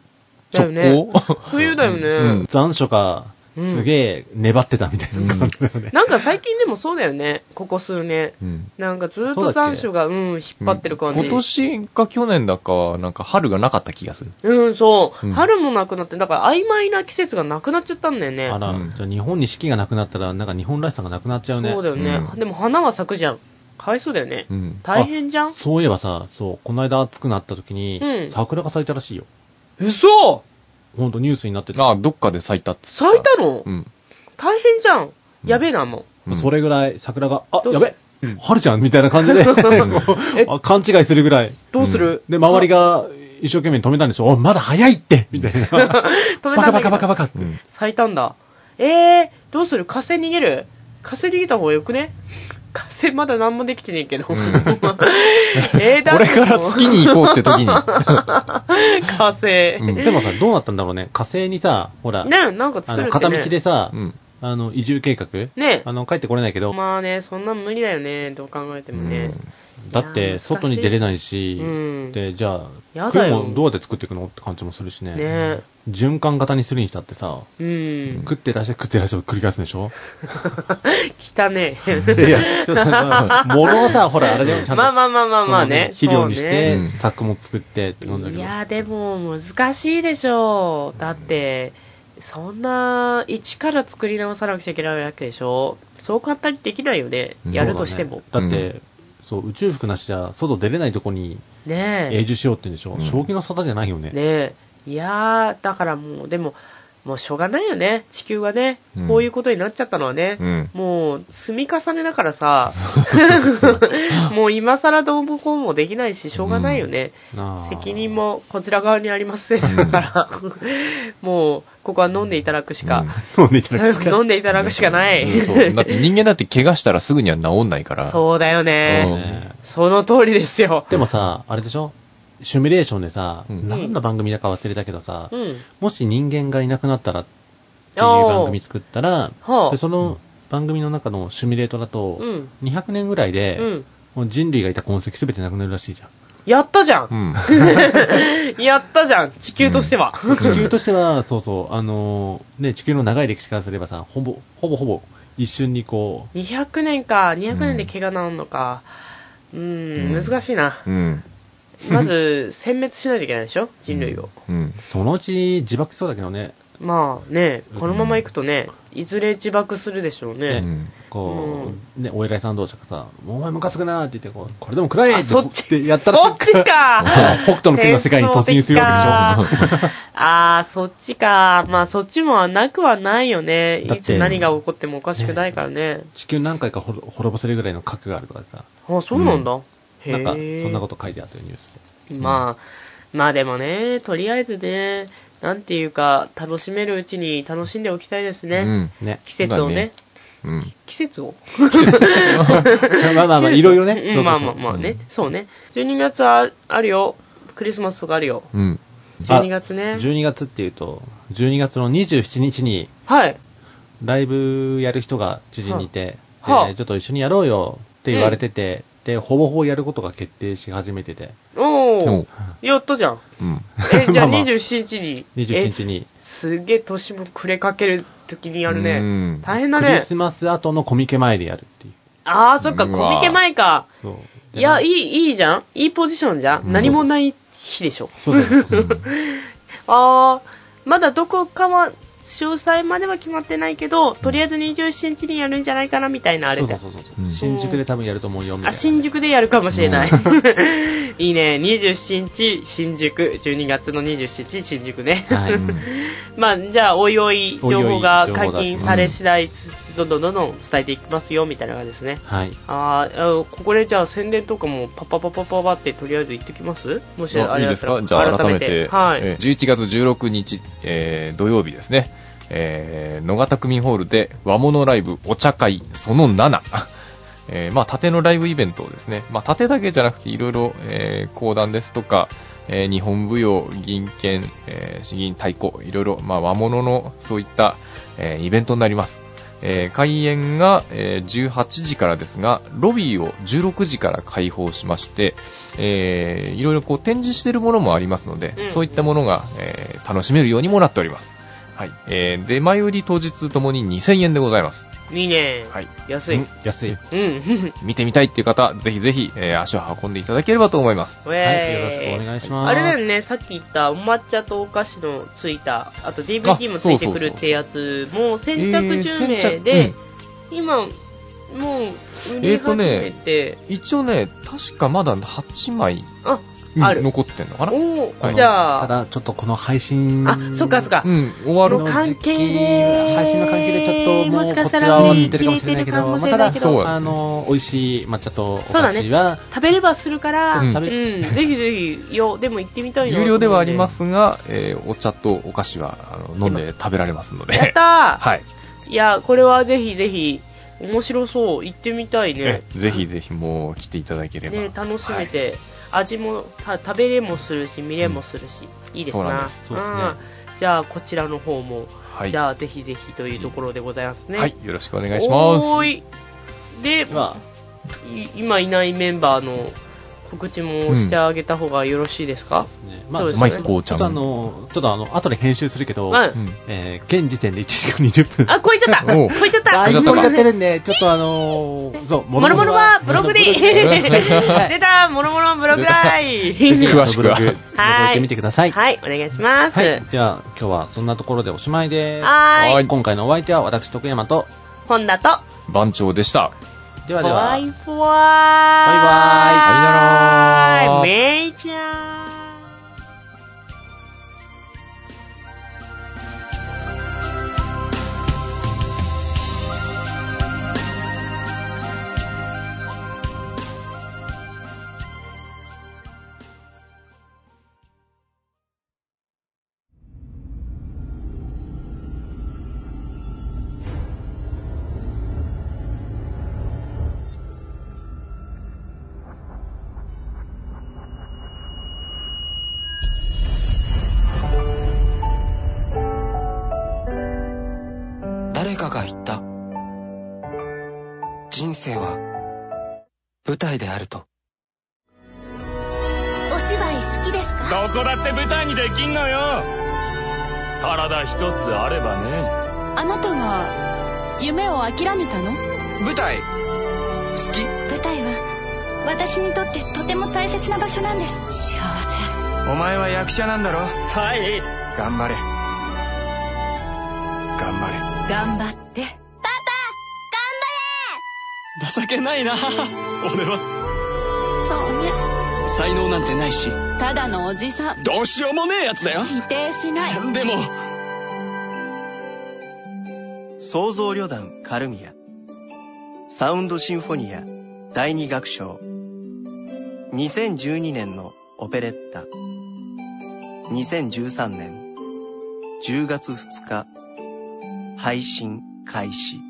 Speaker 2: だよね
Speaker 4: 直行
Speaker 2: 冬だよね。
Speaker 4: うん
Speaker 3: 残暑が、
Speaker 2: うん
Speaker 3: すげえ、粘ってたみたいな感じだよね。
Speaker 2: なんか最近でもそうだよね。ここ数年。
Speaker 4: うん
Speaker 2: なんかずっ
Speaker 3: そうだ
Speaker 2: と
Speaker 3: っけ
Speaker 2: 残暑が、うん、引っ張ってる感じ。
Speaker 4: 今年か去年だかは、なんか春がなかった気がする。
Speaker 2: うん、そう、
Speaker 4: うん
Speaker 2: 春もなくなって、だから曖昧な季節がなくなっちゃったんだよね。
Speaker 3: あら、
Speaker 4: うん
Speaker 3: じゃあ日本に四季がなくなったら、なんか日本らしさがなくなっちゃうね。
Speaker 2: そうだよね、
Speaker 4: うん
Speaker 2: でも花は咲くじゃん。かわいそうだよね。
Speaker 4: うん。
Speaker 2: 大変じゃん
Speaker 3: そういえばさ、そう、この間暑くなった時に、
Speaker 2: うん
Speaker 3: 桜が咲いたらしいよ。
Speaker 2: 嘘
Speaker 3: ほんとニュースになってた。
Speaker 4: ああ、どっかで咲いたっつった
Speaker 2: 咲いたの、
Speaker 4: うん。
Speaker 2: 大変じゃん。やべえな、も
Speaker 4: うん
Speaker 3: それぐらい桜が、あ、
Speaker 2: どう
Speaker 3: や
Speaker 2: し
Speaker 3: べ、春ちゃんみたいな感じ で、
Speaker 2: え
Speaker 3: あ勘違いするぐらい。
Speaker 2: う。どうする、
Speaker 3: で、周りが一生懸命止めたんでしょおいまだ早いってみ たいな。
Speaker 2: 止
Speaker 3: バ
Speaker 2: めた
Speaker 3: カ
Speaker 2: んだけ
Speaker 3: バ
Speaker 2: ど
Speaker 3: カバカバカって
Speaker 4: う。ん。
Speaker 2: 咲いたんだ。えー、どうする火星逃げる火星逃げた方がよくね火星まだ何もできてねえけど。
Speaker 4: う ん
Speaker 2: えー、だ
Speaker 4: これから 月に行こうって時に。
Speaker 2: 火星。
Speaker 4: うん
Speaker 2: ね
Speaker 3: でもさ、どうなったんだろうね。火星にさ、ほら、
Speaker 2: なんか
Speaker 3: あ
Speaker 2: 作る
Speaker 3: の
Speaker 2: って、ね、
Speaker 3: 片道でさ、
Speaker 4: うん。
Speaker 3: あの移住計画、
Speaker 2: ね
Speaker 3: あの帰ってこれないけど、
Speaker 2: まあね、そんなん無理だよね、どう考えてもね。
Speaker 3: だって外に出れないし、
Speaker 2: うん
Speaker 3: でじゃあ、
Speaker 2: や
Speaker 3: 食
Speaker 2: だ
Speaker 3: い
Speaker 2: よ
Speaker 3: 物どうやって作っていくのって感じもするしね
Speaker 2: ね
Speaker 3: 循環型にするにしたってさ、
Speaker 2: うん。
Speaker 3: 食ってらっしゃい、食ってらっしゃいを繰り返すんでしょ
Speaker 2: 汚ね
Speaker 3: いや、ちょっとさ、物をさ、ほら、あれでもちゃんと、
Speaker 2: まあまあまあまあまあね。
Speaker 3: その肥料にし
Speaker 2: そうね
Speaker 3: て、
Speaker 4: そうね
Speaker 3: 作も作ってってなんだけ
Speaker 2: い
Speaker 3: ど。
Speaker 2: や、でも難しいでしょう。だって、そんな、一から作り直さなくちゃいけないわけでしょ。そう簡単にできないよね。
Speaker 4: うん
Speaker 2: やるとしても。
Speaker 3: そうだねだっ
Speaker 4: う
Speaker 3: て、そう、宇宙服なしじゃ、外出れないとこに永
Speaker 2: ね
Speaker 3: 住しようって言うんでしょ、
Speaker 4: うん
Speaker 3: 正気の沙汰じゃないよね。
Speaker 2: え。ねえ。いやー、だからもう、でも、もうしょうがないよね。地球がね
Speaker 4: うん、
Speaker 2: こういうことになっちゃったのはね。
Speaker 4: うん。
Speaker 2: もう、積み重ねだからさ、 もう今更どうもこうもできないし、しょうがないよね。
Speaker 3: なあ
Speaker 2: 責任もこちら側にありますね。だから、もう、ここは飲んでいただくしか、
Speaker 3: 飲んでいただくしか
Speaker 2: 飲んでいただくしかな
Speaker 4: うんそうだっ
Speaker 2: い。
Speaker 4: て人間だって怪我したらすぐには治んないから。
Speaker 2: そうだよね。
Speaker 3: ね
Speaker 2: その通りですよ。
Speaker 3: でもさ、あれでしょシミュレーションでさ、
Speaker 4: うん
Speaker 3: 何の番組だか忘れたけどさ、
Speaker 2: うん。
Speaker 3: もし人間がいなくなったらっていう番組作ったら、
Speaker 2: はあ
Speaker 3: でその番組の中のシミュレートだと、
Speaker 2: うん
Speaker 3: 200年ぐらいで、
Speaker 2: うん。
Speaker 3: もう人類がいた痕跡すべてなくなるらしいじゃん。
Speaker 2: やったじゃ。
Speaker 4: う んん。
Speaker 2: やったじゃん。地球としては。
Speaker 3: 地球としては、そうそう、あのーね、地球の長い歴史からすればさ、ほぼ、ほぼほぼ、一瞬にこ
Speaker 2: 200年か、200年で怪我治んのか。うん、
Speaker 4: うん
Speaker 2: 難しいな。
Speaker 4: うん。
Speaker 2: まず、殲滅しないといけないでしょ人類を。
Speaker 4: うん
Speaker 3: う、。そのうち自爆しそうだけどね、
Speaker 2: まあね、このまま行くとね、いずれ自爆するでしょう
Speaker 4: う
Speaker 2: ね。
Speaker 4: ん。
Speaker 3: こう、ね、お偉いさん同士がさ、もうお前ムカつくなーって言って、こう、これでも食らえ
Speaker 2: あ
Speaker 3: って
Speaker 2: そっち
Speaker 3: ってやったら
Speaker 2: そっちか
Speaker 3: 北斗の拳の世界に突入するわ
Speaker 2: けでしょ あー、そっちか。まあそっちもなくはないよね。
Speaker 3: だって
Speaker 2: いつ何が起こってもおかしくないからね。
Speaker 3: 地球何回かほろ滅ぼせるぐらいの核があるとかでさ、
Speaker 2: あ、そうなんだ。へ
Speaker 3: なんか、
Speaker 2: ー
Speaker 3: そんなこと書いてあったよ、ニュース
Speaker 2: まあ、まあでもね、とりあえずね、なんていうか、楽しめるうちに楽しんでおきたいですね。
Speaker 4: うん
Speaker 3: で。 ね。
Speaker 2: 季節をね。
Speaker 4: うん。
Speaker 2: 季節を
Speaker 3: まあまあ まあ、いろいろね。
Speaker 2: うんまあまあまあね。そうね。12月はあるよ。クリスマスとかあるよ。
Speaker 4: うん。
Speaker 2: 12月ね。
Speaker 3: 12月っていうと、12月の27日に、
Speaker 2: はい。
Speaker 3: ライブやる人が知人にいて、
Speaker 2: はあは
Speaker 3: で
Speaker 2: あ
Speaker 3: ちょっと一緒にやろうよって言われてて、で、ほぼほぼやることが決定し始めてて、
Speaker 2: お
Speaker 4: お
Speaker 2: お。やったじゃ ん。
Speaker 4: うん。
Speaker 2: え、じゃあ
Speaker 3: まあまあ
Speaker 2: 27日に。
Speaker 3: 27
Speaker 2: え
Speaker 3: 日に、
Speaker 2: すげえ年も暮れかける時にやる
Speaker 4: う
Speaker 2: ね
Speaker 4: ん。
Speaker 2: 大変だ
Speaker 3: クリ
Speaker 2: ね
Speaker 3: ス。マス後のコミケ前でやるっていう。
Speaker 2: ああ、そっか、
Speaker 4: う
Speaker 2: コ
Speaker 4: わ
Speaker 2: ミケ前か。
Speaker 3: そう。
Speaker 2: いや、い
Speaker 3: い。
Speaker 2: い、いいじゃん。いいポジションじゃん。何もない日でしょ。
Speaker 3: そうそうそう。
Speaker 2: ああ、まだどこかは、詳細までは決まってないけど、とりあえず27日にやるんじゃないかなみたいなあれ
Speaker 3: そう
Speaker 2: で。
Speaker 3: そうそうそう
Speaker 4: うん
Speaker 3: 新宿で多分やると思うよ、みたい
Speaker 2: あ、
Speaker 3: な。
Speaker 2: 新宿でやるかもしれない。 いいね。27日、新宿。12月の27日、新宿ね。
Speaker 3: はい。
Speaker 2: まあ、じゃあ、おいおい、
Speaker 3: おいおい
Speaker 2: 情報が
Speaker 3: 情報
Speaker 2: 解
Speaker 3: だ
Speaker 2: 禁され次第、どんどんどんどん伝えていきますよ、みたいな感じですね。
Speaker 3: はい。
Speaker 2: あーあの、ここでじゃあ宣伝とかもパッパッパッパッパッパってとりあえず言ってきますもしあ
Speaker 4: い
Speaker 2: れ
Speaker 4: い
Speaker 2: だ
Speaker 4: で
Speaker 2: っ
Speaker 4: す
Speaker 2: たら
Speaker 4: かじゃあ改めて、
Speaker 2: はい。
Speaker 4: えー11月16日、えー土曜日ですね、えー野方組ホールで和物ライブお茶会その7。えーまあ、縦のライブイベントですね。まあ、縦だけじゃなくて、いろいろ、えー講談ですとか、えー日本舞踊、銀剣、えー詩吟、太鼓、いろいろ、まあ、和物の、そういった、えーイベントになります。えー開演が、えー18時からですが、ロビーを16時から開放しまして、えーいろいろこう展示しているものもありますので、
Speaker 2: うん
Speaker 4: そういったものが、えー楽しめるようにもなっております。はい。えー出前売り当日ともに2000円でございます。
Speaker 2: いいね。
Speaker 4: はい
Speaker 2: 安い。
Speaker 4: うん
Speaker 3: 安い。
Speaker 2: うん。
Speaker 4: 見てみたいっていう方、ぜひぜひ、えー足を運んでいただければと思います。
Speaker 2: ウェー
Speaker 3: はい。よろしくお願いします。
Speaker 2: あれだよね、さっき言ったお抹茶とお菓子のついた、あと DVD もついてくるってやつも先着10名で、
Speaker 4: えー先着
Speaker 2: 今、もう売り始めて、
Speaker 4: 一応ね、確かまだ8枚
Speaker 2: あ、
Speaker 4: うん
Speaker 2: ある
Speaker 4: 残ってんのかな
Speaker 2: お
Speaker 4: は
Speaker 2: ー
Speaker 4: い
Speaker 2: じゃ
Speaker 3: た
Speaker 2: あ、
Speaker 3: だ、ちょっとこの配信。
Speaker 2: あ、そっかそっか
Speaker 4: う。ん、終わる
Speaker 2: の関係で
Speaker 3: 配信の関係でちょっとも
Speaker 2: も
Speaker 3: う
Speaker 2: し
Speaker 3: こ
Speaker 2: か
Speaker 3: ち
Speaker 2: した
Speaker 3: ら
Speaker 2: ら
Speaker 3: は出てるかもしれないけど、
Speaker 2: 聞いてるかもし
Speaker 3: ま
Speaker 2: れ
Speaker 3: あた
Speaker 2: な
Speaker 3: だ
Speaker 2: いけ
Speaker 4: どそうなんですね
Speaker 3: あの美味しい抹茶とお
Speaker 2: そうだ
Speaker 3: 菓
Speaker 2: ね
Speaker 3: 子は、
Speaker 2: 食べればするから、、
Speaker 3: そううん食べ
Speaker 2: ぜひぜひ、よ、でも行ってみたいなと
Speaker 4: 有
Speaker 2: 思うん。
Speaker 4: 料ではありますが、えーお茶とお菓子はあの飲んで食べられますので。
Speaker 2: やったー
Speaker 4: はい。
Speaker 2: いや、これはぜひぜひ、面白そう。行ってみたいね。
Speaker 4: えぜひぜひもう来ていただければ。
Speaker 2: ね、楽しめ
Speaker 4: はい
Speaker 2: て、味もた食べれもするし見れもするし、いいですな
Speaker 4: そうなんです
Speaker 3: そうですね
Speaker 2: んじゃあこちらの方も、
Speaker 4: はい
Speaker 2: じゃあぜひぜひというところでございますね
Speaker 4: はい、よろしくお願いします。
Speaker 2: おーいで
Speaker 3: ま
Speaker 2: い今いないメンバーの告知もしてあげた方がよろしいですか
Speaker 3: あ、、ですねまあ
Speaker 2: そうです
Speaker 4: マ
Speaker 2: ね
Speaker 4: イコー
Speaker 3: ち
Speaker 4: ち
Speaker 3: ょ
Speaker 4: ゃ
Speaker 3: っ
Speaker 4: ん。
Speaker 3: とあの、ちょっとあの、後で編集するけど、
Speaker 2: うん
Speaker 4: うん
Speaker 3: えー現時点で1時間20分。
Speaker 2: あ超えちゃった
Speaker 4: おう
Speaker 2: 超えちゃっ
Speaker 3: だ
Speaker 2: た
Speaker 3: いぶ
Speaker 4: 超
Speaker 3: 超えち
Speaker 4: えちゃ
Speaker 3: ゃっ
Speaker 4: っ
Speaker 3: たてるんで、ちょっとあのー、そう、
Speaker 2: もろもろはブログでいい 出たもろもろはブログだ
Speaker 4: 出
Speaker 2: い
Speaker 4: た詳しくは
Speaker 3: ブログ覗いてみてください。
Speaker 2: はいお願いします、
Speaker 3: はい。じゃあ、今日はそんなところでおしまいです。
Speaker 2: はーい
Speaker 4: はい
Speaker 3: 今回のお相手は私、徳山と、
Speaker 2: 本田と
Speaker 4: 番長でした。
Speaker 3: ではでは。
Speaker 2: バイバイ。バ
Speaker 4: イバイさよなら
Speaker 2: メイちゃん。
Speaker 5: 誰かが言った。人生は舞台であると。
Speaker 6: お芝居好きですか
Speaker 7: どこだって舞台にできんのよ体一つあればね
Speaker 8: あなたは夢を諦めたの
Speaker 5: 舞台好き
Speaker 6: 舞台は私にとってとても大切な場所なんです
Speaker 8: 幸せ
Speaker 5: お前は役者なんだろ
Speaker 7: はい
Speaker 5: 頑張れ。頑張
Speaker 8: 頑張って
Speaker 5: れ。情けないな。俺は
Speaker 8: そうね
Speaker 5: 才能なんてないし、
Speaker 8: ただのおじさん
Speaker 5: どうしようもねえやつだよ。
Speaker 8: 否定しない
Speaker 5: でも、創造旅団カルミア、サウンドシンフォニア第二楽章、2012年のオペレッタ、2013年10月2日、配信開始。